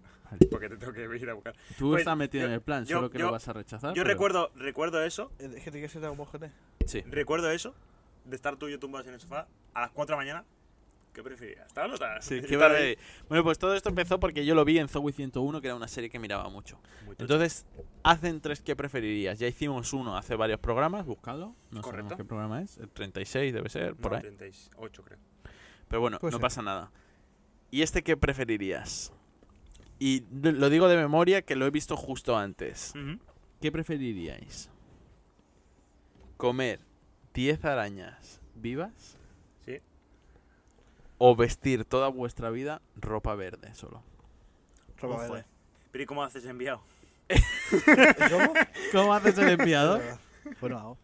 Porque te tengo que ir a buscar. Tú Pues, estás metido yo- en el plan, yo- solo que yo- lo vas a Ah, rechazar. Yo pero- recuerdo, recuerdo eso, Eh, Gente que se da como gente. Sí. recuerdo eso, de estar tú y yo tumbados en el sofá a las 4 de la mañana. ¿Qué preferirías? ¿Estar o no estar? Sí, qué Estar barbaridad. ahí. Bueno, pues todo esto empezó porque yo lo vi en Zoey 101, que era una serie que miraba mucho. Muy tocho. Entonces, hacen tres que preferirías. Ya hicimos uno hace varios programas, buscadlo. No Correcto. sabemos qué programa es. El 36 debe ser, por No, ahí. 38 creo. Pero bueno, Puede no ser. pasa nada. ¿Y este qué preferirías? Y lo lo digo de memoria que lo he visto justo antes. ¿Qué preferiríais? Comer 10 arañas vivas Sí. o vestir toda vuestra vida ropa verde solo. Ropa Ojo, verde. eh. Pero ¿y cómo haces enviado? ¿Cómo? ¿Cómo haces el enviado? Bueno, hago.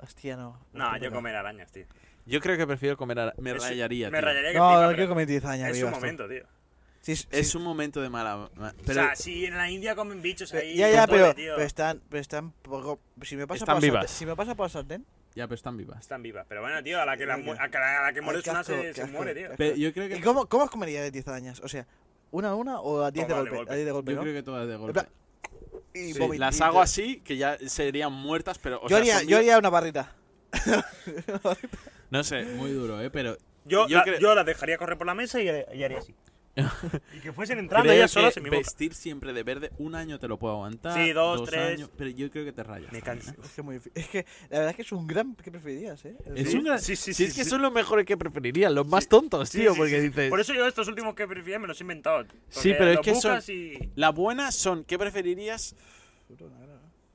Hostia, no. No, yo comí. comer arañas, tío. Yo creo que prefiero comer ara- Me Es- rayaría, Me tío. rayaría que flipa, No, no pero quiero comer 10 años. Es un momento, tío. Es un momento de mala... ma- Pero o sea, si en la India comen bichos ahí. ya, ya, con todo, pero, tío. pero están, pero están poco. Si me pasa Están por el vivas. sartén- Si me pasa por el sartén, ya, pero están vivas. Están vivas. Pero bueno, tío, a la que, la, Ay, mu- qué- a que la- a la que ay, mueres qué una asco, se, qué se asco, muere, qué tío. asco. Pero yo creo que, ¿Y cómo, cómo os comería de 10 dañas? O sea, ¿una a una o a 10 de Toma, de golpe? Pues golpe. A 10 de golpe, yo ¿no? creo que todas de golpe. plan, Y sí, vomit- las y- hago así, que ya serían muertas, pero... o Yo sea, haría, son yo mi- haría una barrita. No sé, Muy duro, ¿eh? Pero Yo, Yo la, creo- yo la dejaría correr por la mesa y, y haría así. y que fuesen entrando creo ellas que solas en mi boca. vestir siempre de verde, un año te lo puedo aguantar. Sí, dos, tres. años, pero yo creo que te rayas. Me canso. Es que, muy, difícil. es que la verdad es que es un gran. ¿Qué preferirías, eh? Es Sí. un gran- Sí, sí, si sí, es que sí. son los mejores que preferiría, los más tontos, Sí, tío, sí, porque sí. dices... Por eso yo estos últimos que prefería me los he inventado. Sí, Porque pero es los que buscas son- y- La buena son, ¿qué preferirías?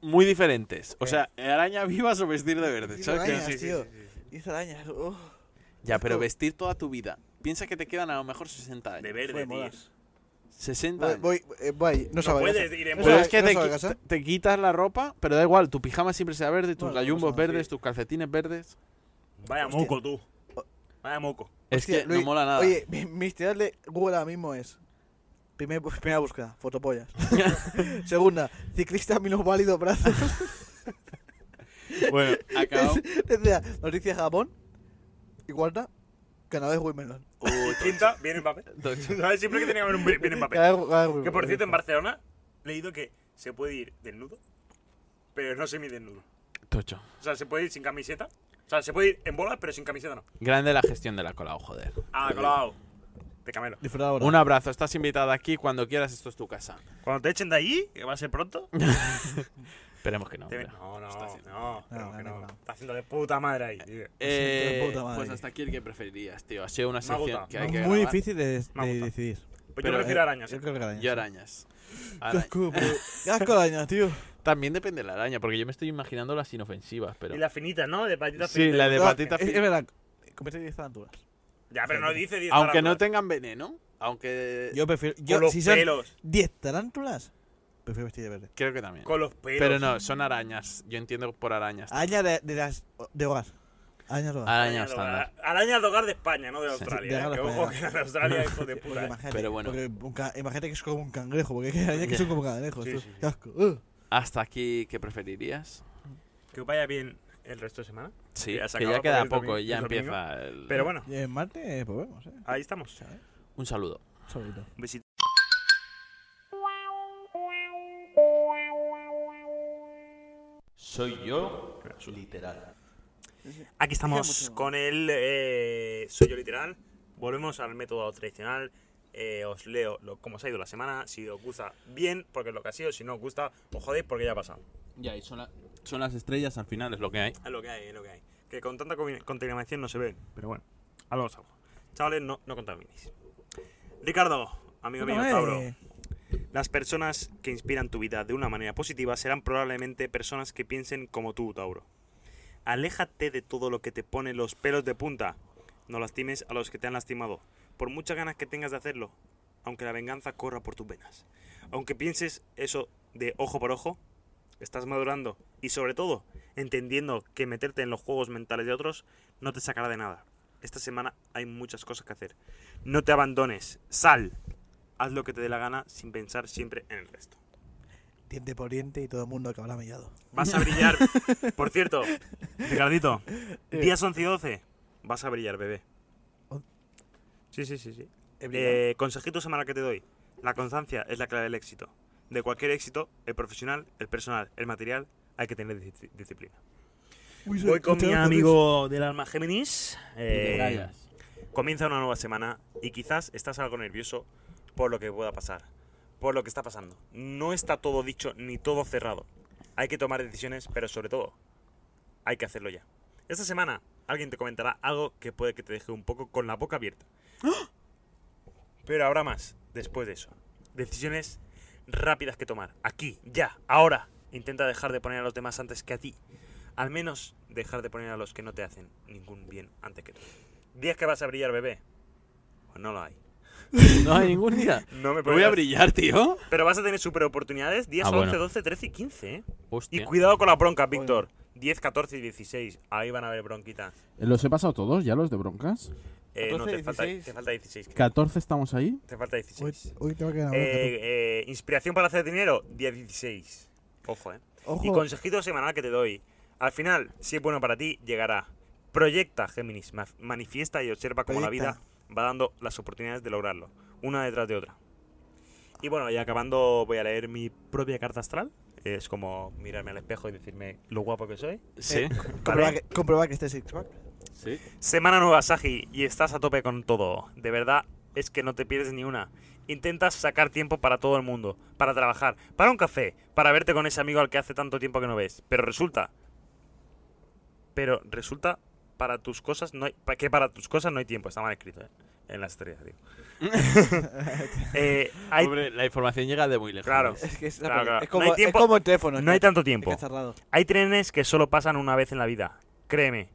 Muy diferentes. O sea, araña vivas o vestir de verde. Diez ¿sabes qué? arañas, Sí, sí, sí, tío. sí, sí. 10 arañas. uf. Ya, pero Asco. vestir toda tu vida. Piensa que te quedan a lo mejor 60 De años. verde, Joder, tío. molas. 60 Voy, años. voy, eh, voy. No, salgo de puedes casa. ir en No Pues, Pero salgo- es que no te, salgo de qui- casa. te- te quitas la ropa, pero da igual, tu pijama siempre sea verde, tus Bueno, gallumbos vamos a ver, verdes, tus calcetines verdes. Vaya Hostia. moco, tú. Vaya moco. Es Hostia, que Luis, no mola nada. Oye, mi- mis tiras de Google ahora mismo es. primer- primera búsqueda, fotopollas. Segunda, ciclista menos válido brazos. Bueno, acabado. Tercera, noticia de Japón. Y cuarta, Canadá es Wimbledon. Quinta, viene Mbappé. Tocho. ¿Sabes? Siempre que tenía que haber un viene Mbappé. Canadá es- Canadá es Que Wimbledon. por cierto, en Barcelona he leído que se puede ir desnudo, pero no semidesnudo. Tocho. O sea, se puede ir sin camiseta. O sea, se puede ir en bolas, pero sin camiseta no. Grande la gestión de la cola, oh, joder. Ah, colado. De camelo. Disfrutar ahora. Un abrazo, estás invitada aquí cuando quieras, esto es tu casa. Cuando te echen de allí, que va a ser pronto. Esperemos que no. te ven- pero- No, no, está no, haciendo- no, pero no, que no, no. no. Está haciendo de puta madre ahí. tío. Eh, Siento de puta madre. pues hasta aquí el que preferirías, tío. Ha sido Me una ha sección gustado. que hay que Muy grabar. difícil de, de Me ha gustado. decidir. Pues pero, yo prefiero eh, arañas. Yo ¿eh? creo que arañas. Yo arañas. Qué Araña. asco, pero- Qué asco de arañas, tío. También depende de la araña, porque yo me estoy imaginando las inofensivas, pero... Y las finitas, ¿no? De patitas Sí, la de No, patita Es, fina. es verdad, comete 10 aventuras. Ya, pero no dice 10 Aunque tarántulas. no tengan veneno, aunque... Eh, Yo prefiero. Con Yo, los si son pelos. 10 tarántulas, prefiero vestir de verde. Creo que también. Con los pelos. Pero no, son arañas. Yo entiendo por arañas. Araña de, de las. de hogar. Araña de hogar. Arañas de hogar. estándar. Arañas de hogar de España, no de Sí. Australia. de ¿eh? hogar Que de ojo que España. la de Australia es hijo de Porque puta. ¿eh? imagínate, Pero bueno. porque un ca- imagínate que es como un cangrejo, porque hay arañas que son como cangrejos. Sí, tú. sí, sí. Qué asco. uh. Ugh. Hasta aquí, ¿qué preferirías? Que os vaya bien el resto de semana. Sí, Ya se que acaba ya por queda el domingo- poco y ya el domingo. empieza el... Pero bueno, Y en Marte, pues vemos, eh. ahí estamos. Un saludo. Solito. Un besito. Soy yo, literal. Aquí estamos con el eh, Soy yo literal. Volvemos al método tradicional. Eh, os leo lo- cómo os ha ido la semana. Si os gusta, bien, porque es lo que ha sido. Si no os gusta, os jodéis porque ya ha pasado. Ya, y son las... Son las estrellas al final, es lo que hay. Es lo que hay, es lo que hay. Que con tanta comi- contaminación no se ve, pero bueno. Algo es algo. Chavales, no, no contaminéis. Ricardo, amigo mío, Tauro. Eh, Las personas que inspiran tu vida de una manera positiva serán probablemente personas que piensen como tú, Tauro. Aléjate de todo lo que te pone los pelos de punta. No lastimes a los que te han lastimado, por muchas ganas que tengas de hacerlo, aunque la venganza corra por tus venas. Aunque pienses eso de ojo por ojo, estás madurando y sobre todo entendiendo que meterte en los juegos mentales de otros no te sacará de nada. Esta semana hay muchas cosas que hacer. No te abandones, sal, haz lo que te dé la gana sin pensar siempre en el resto. Diente por diente y todo el mundo acabará mellado. Vas a brillar. Por cierto, Ricardito, días 11 y 12, vas a brillar, bebé. On- Sí, sí, sí, sí. Eh, consejito semanal que te doy. La constancia es la clave del éxito. De cualquier éxito, el profesional, el personal, el material, hay que tener disci- disciplina. Voy con mi amigo del alma Géminis. Eh, Comienza una nueva semana y quizás estás algo nervioso por lo que pueda pasar, por lo que está pasando. No está todo dicho ni todo cerrado. Hay que tomar decisiones, pero sobre todo, hay que hacerlo ya. Esta semana alguien te comentará algo que puede que te deje un poco con la boca abierta. Pero habrá más después de eso. Decisiones rápidas que tomar. Aquí, ya, ahora. Intenta dejar de poner a los demás antes que a ti. Al menos dejar de poner a los que no te hacen ningún bien antes que tú. Días que vas a brillar, bebé. Pues no lo hay. No hay ningún día. No me Me voy a pongas- brillar, tío. Pero vas a tener super oportunidades días Ah, 11, bueno. 12, 13 y 15, ¿eh? Y Hostia. cuidado con la bronca, Víctor. 10, 14 y 16. Ahí van a haber bronquitas. ¿Los he pasado todos ya, los de broncas? Eh, no, 14, te falta, 16. te falta 16. creo. 14 estamos ahí. Te falta Hoy, 16. hoy tengo que ganar. Eh, eh, Inspiración para hacer dinero, 10, 16. Ojo, ¿eh? Ojo, Y consejito semanal que te doy. Al final, si es bueno para ti, llegará. Proyecta, Géminis. ma- Manifiesta y observa cómo la Proyecta. vida va dando las oportunidades de lograrlo. Una detrás de otra. Y bueno, y acabando, voy a leer mi propia carta astral. Es como mirarme al espejo y decirme lo guapo que soy. Sí. comprobar, ¿vale? que, comprobar que esté six pack. Sí. Semana nueva, Sagi, y estás a tope con todo. De verdad, es que no te pierdes ni una. Intentas sacar tiempo para todo el mundo, para trabajar, para un café, para verte con ese amigo al que hace tanto tiempo que no ves. Pero resulta. Pero resulta para tus cosas no hay, pa- que para tus cosas no hay tiempo. Está mal escrito, ¿eh? En las estrellas, digo. Eh, hay- Hombre, la información llega de muy lejos. ¿eh? Claro. Es que es, la Claro, peli- claro. No es hay como, es tiempo- como el teléfono. no hay está- tanto tiempo. está cerrado. Hay trenes que solo pasan una vez en la vida, créeme,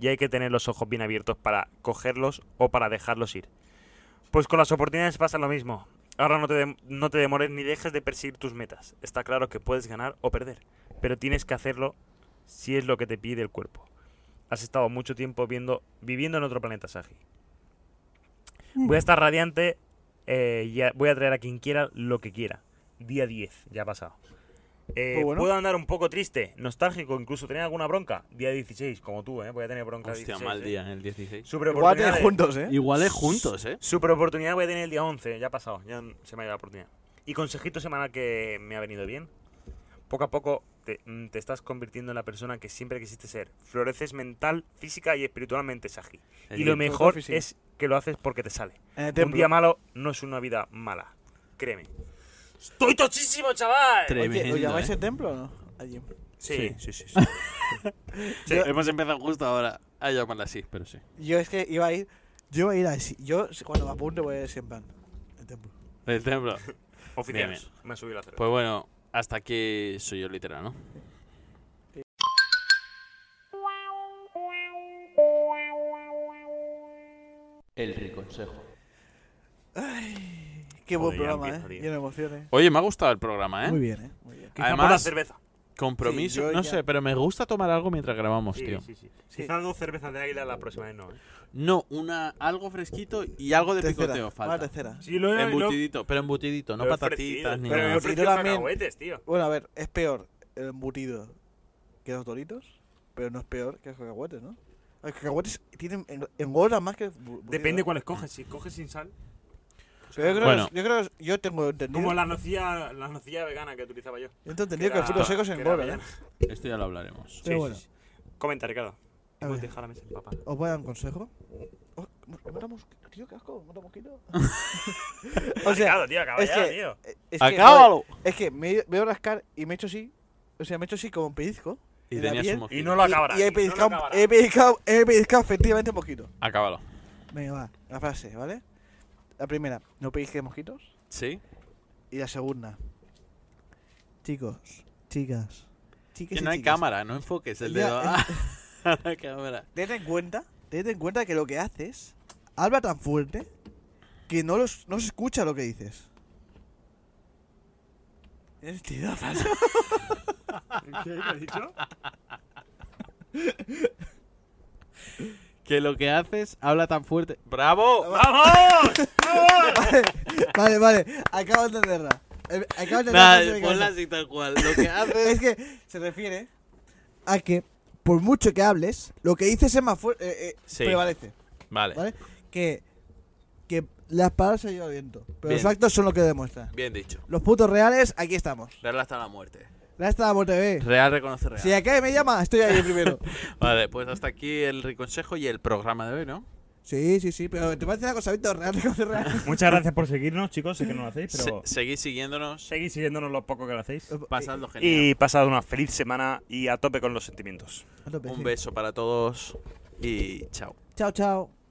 y hay que tener los ojos bien abiertos para cogerlos o para dejarlos ir. Pues con las oportunidades pasa lo mismo. Ahora no te, dem- no te demores ni dejes de perseguir tus metas. Está claro que puedes ganar o perder, pero tienes que hacerlo si es lo que te pide el cuerpo. Has estado mucho tiempo viendo, viviendo en otro planeta, Sagi. Mm. Voy a estar radiante eh, y a- voy a traer a quien quiera lo que quiera. Día 10, ya ha pasado. Eh, Pues bueno. Puedo andar un poco triste, nostálgico, incluso tener alguna bronca. Día 16, como tú, ¿eh? Voy a tener bronca. Hostia, 16, mal ¿eh? día, el 16. Super Igual oportunidades. te juntos, ¿eh? Igual es juntos, ¿eh? Super oportunidad voy a tener el día 11, ya ha pasado, ya n- se me ha ido la oportunidad. Y consejito semanal que me ha venido bien. Poco a poco te, mm, te estás convirtiendo en la persona que siempre quisiste ser. Floreces mental, física y espiritualmente, Saji. El Y lo día- mejor física. es que lo haces porque te sale. En el Un templo. día malo no es una vida mala, créeme. ¡Estoy tochísimo, chaval! Tre- Oye, Tremendo, ¿Lo llamáis ¿eh? el templo o no? Allí. Sí, sí, sí. sí. Sí, hemos empezado justo ahora a llamarla así, pero sí. Yo es que iba a ir. Yo voy a ir así. Yo cuando me apunte voy a ir siempre en plan. El templo. El templo. Oficial, Bien, me ha subido la cerveza. Pues bueno, hasta aquí soy yo literal, ¿no? El riconsejo. Qué buen Joder, ya programa, empiezo, ¿eh? tío. Lleno de emociones. Oye, me ha gustado el programa, Muy ¿eh? bien, eh. Muy bien. Quizá por la además- cerveza. Compromiso. Sí, yo no ya- sé, pero me gusta tomar algo mientras grabamos, Sí, tío. sí, sí. Quizá dos cervezas de águila la próxima vez no. ¿eh? No, una, algo fresquito y algo de Tercera. picoteo Vamos a la falta. tercera. Sí, lo Embutidito, pero embutidito, no Lo he patatitas ofrecido, ni Pero me he nada. ofre- ofrecido Yo también. cacahuetes, tío. Bueno, a ver, es peor el embutido que los doritos, pero no es peor que los cacahuetes, ¿no? Los cacahuetes tienen en- engordan más que. Depende cuáles coges. Si coges sin sal, Pero yo creo, Bueno. yo creo, yo tengo entendido. como la nocilla, la nocilla vegana que utilizaba yo. Yo tengo entendido que los frutos secos engordan. ¿eh? Esto ya lo hablaremos. Pero bueno, Comenta, Ricardo. A Hemos ver. dejado la mesa en papá. os voy a dar un consejo. Oh, ¿mata mosqui- Tío, qué asco, mata mosquito. o sea, Ricardo, tío, acaba es ya, que- eh, tío. es que, ¡Acábalo! joder, es que me veo rascar y me echo así. O sea, me echo así como un pellizco. Y en la tenías piel, un mosquito. Y no lo y- acabará. Y, he, no lo pellizcado, acabará. he, pellizcado, he pellizcado efectivamente un mosquito. Acábalo. Venga, va. La frase, ¿vale? La primera, no pellizques mosquitos. ¿Sí? Y la segunda, Chicos, chicas. Chiques Que y no hay chicas, cámara, no enfoques el Ya, dedo a a la cámara. Tened en cuenta, tened en cuenta que lo que haces habla tan fuerte que no, los, no se escucha lo que dices. ¿Tienes sentido la frase? ¿Qué ha dicho? Que lo que haces habla tan fuerte. ¡Bravo! ¡Vamos! Vale, vale, acabo de entenderla. Eh, Acabo de entenderla. Nada, pero se me ponla cansa. así tal cual. Lo que haces. Es que se refiere a que por mucho que hables, lo que dices es más fuerte, Sí. prevalece, Vale. ¿vale? Que, que las palabras se llevan al viento, pero los Bien. actos son lo que demuestran. Bien dicho. Los putos reales, aquí estamos. Real hasta la muerte. La estamos TV. Real reconoce real. Si acá me llama, estoy ahí primero. Vale, pues hasta aquí el reconsejo y el programa de hoy, ¿no? Sí, sí, sí, pero te parece una cosa, Víctor, real, reconoce real. Muchas gracias por seguirnos, chicos. Sé que no lo hacéis, Se- seguid siguiéndonos. seguid siguiéndonos lo poco que lo hacéis. Pasadlo genial. Y pasad una feliz semana y a tope con los sentimientos. A tope, Un sí. beso para todos y chao. Chao, chao.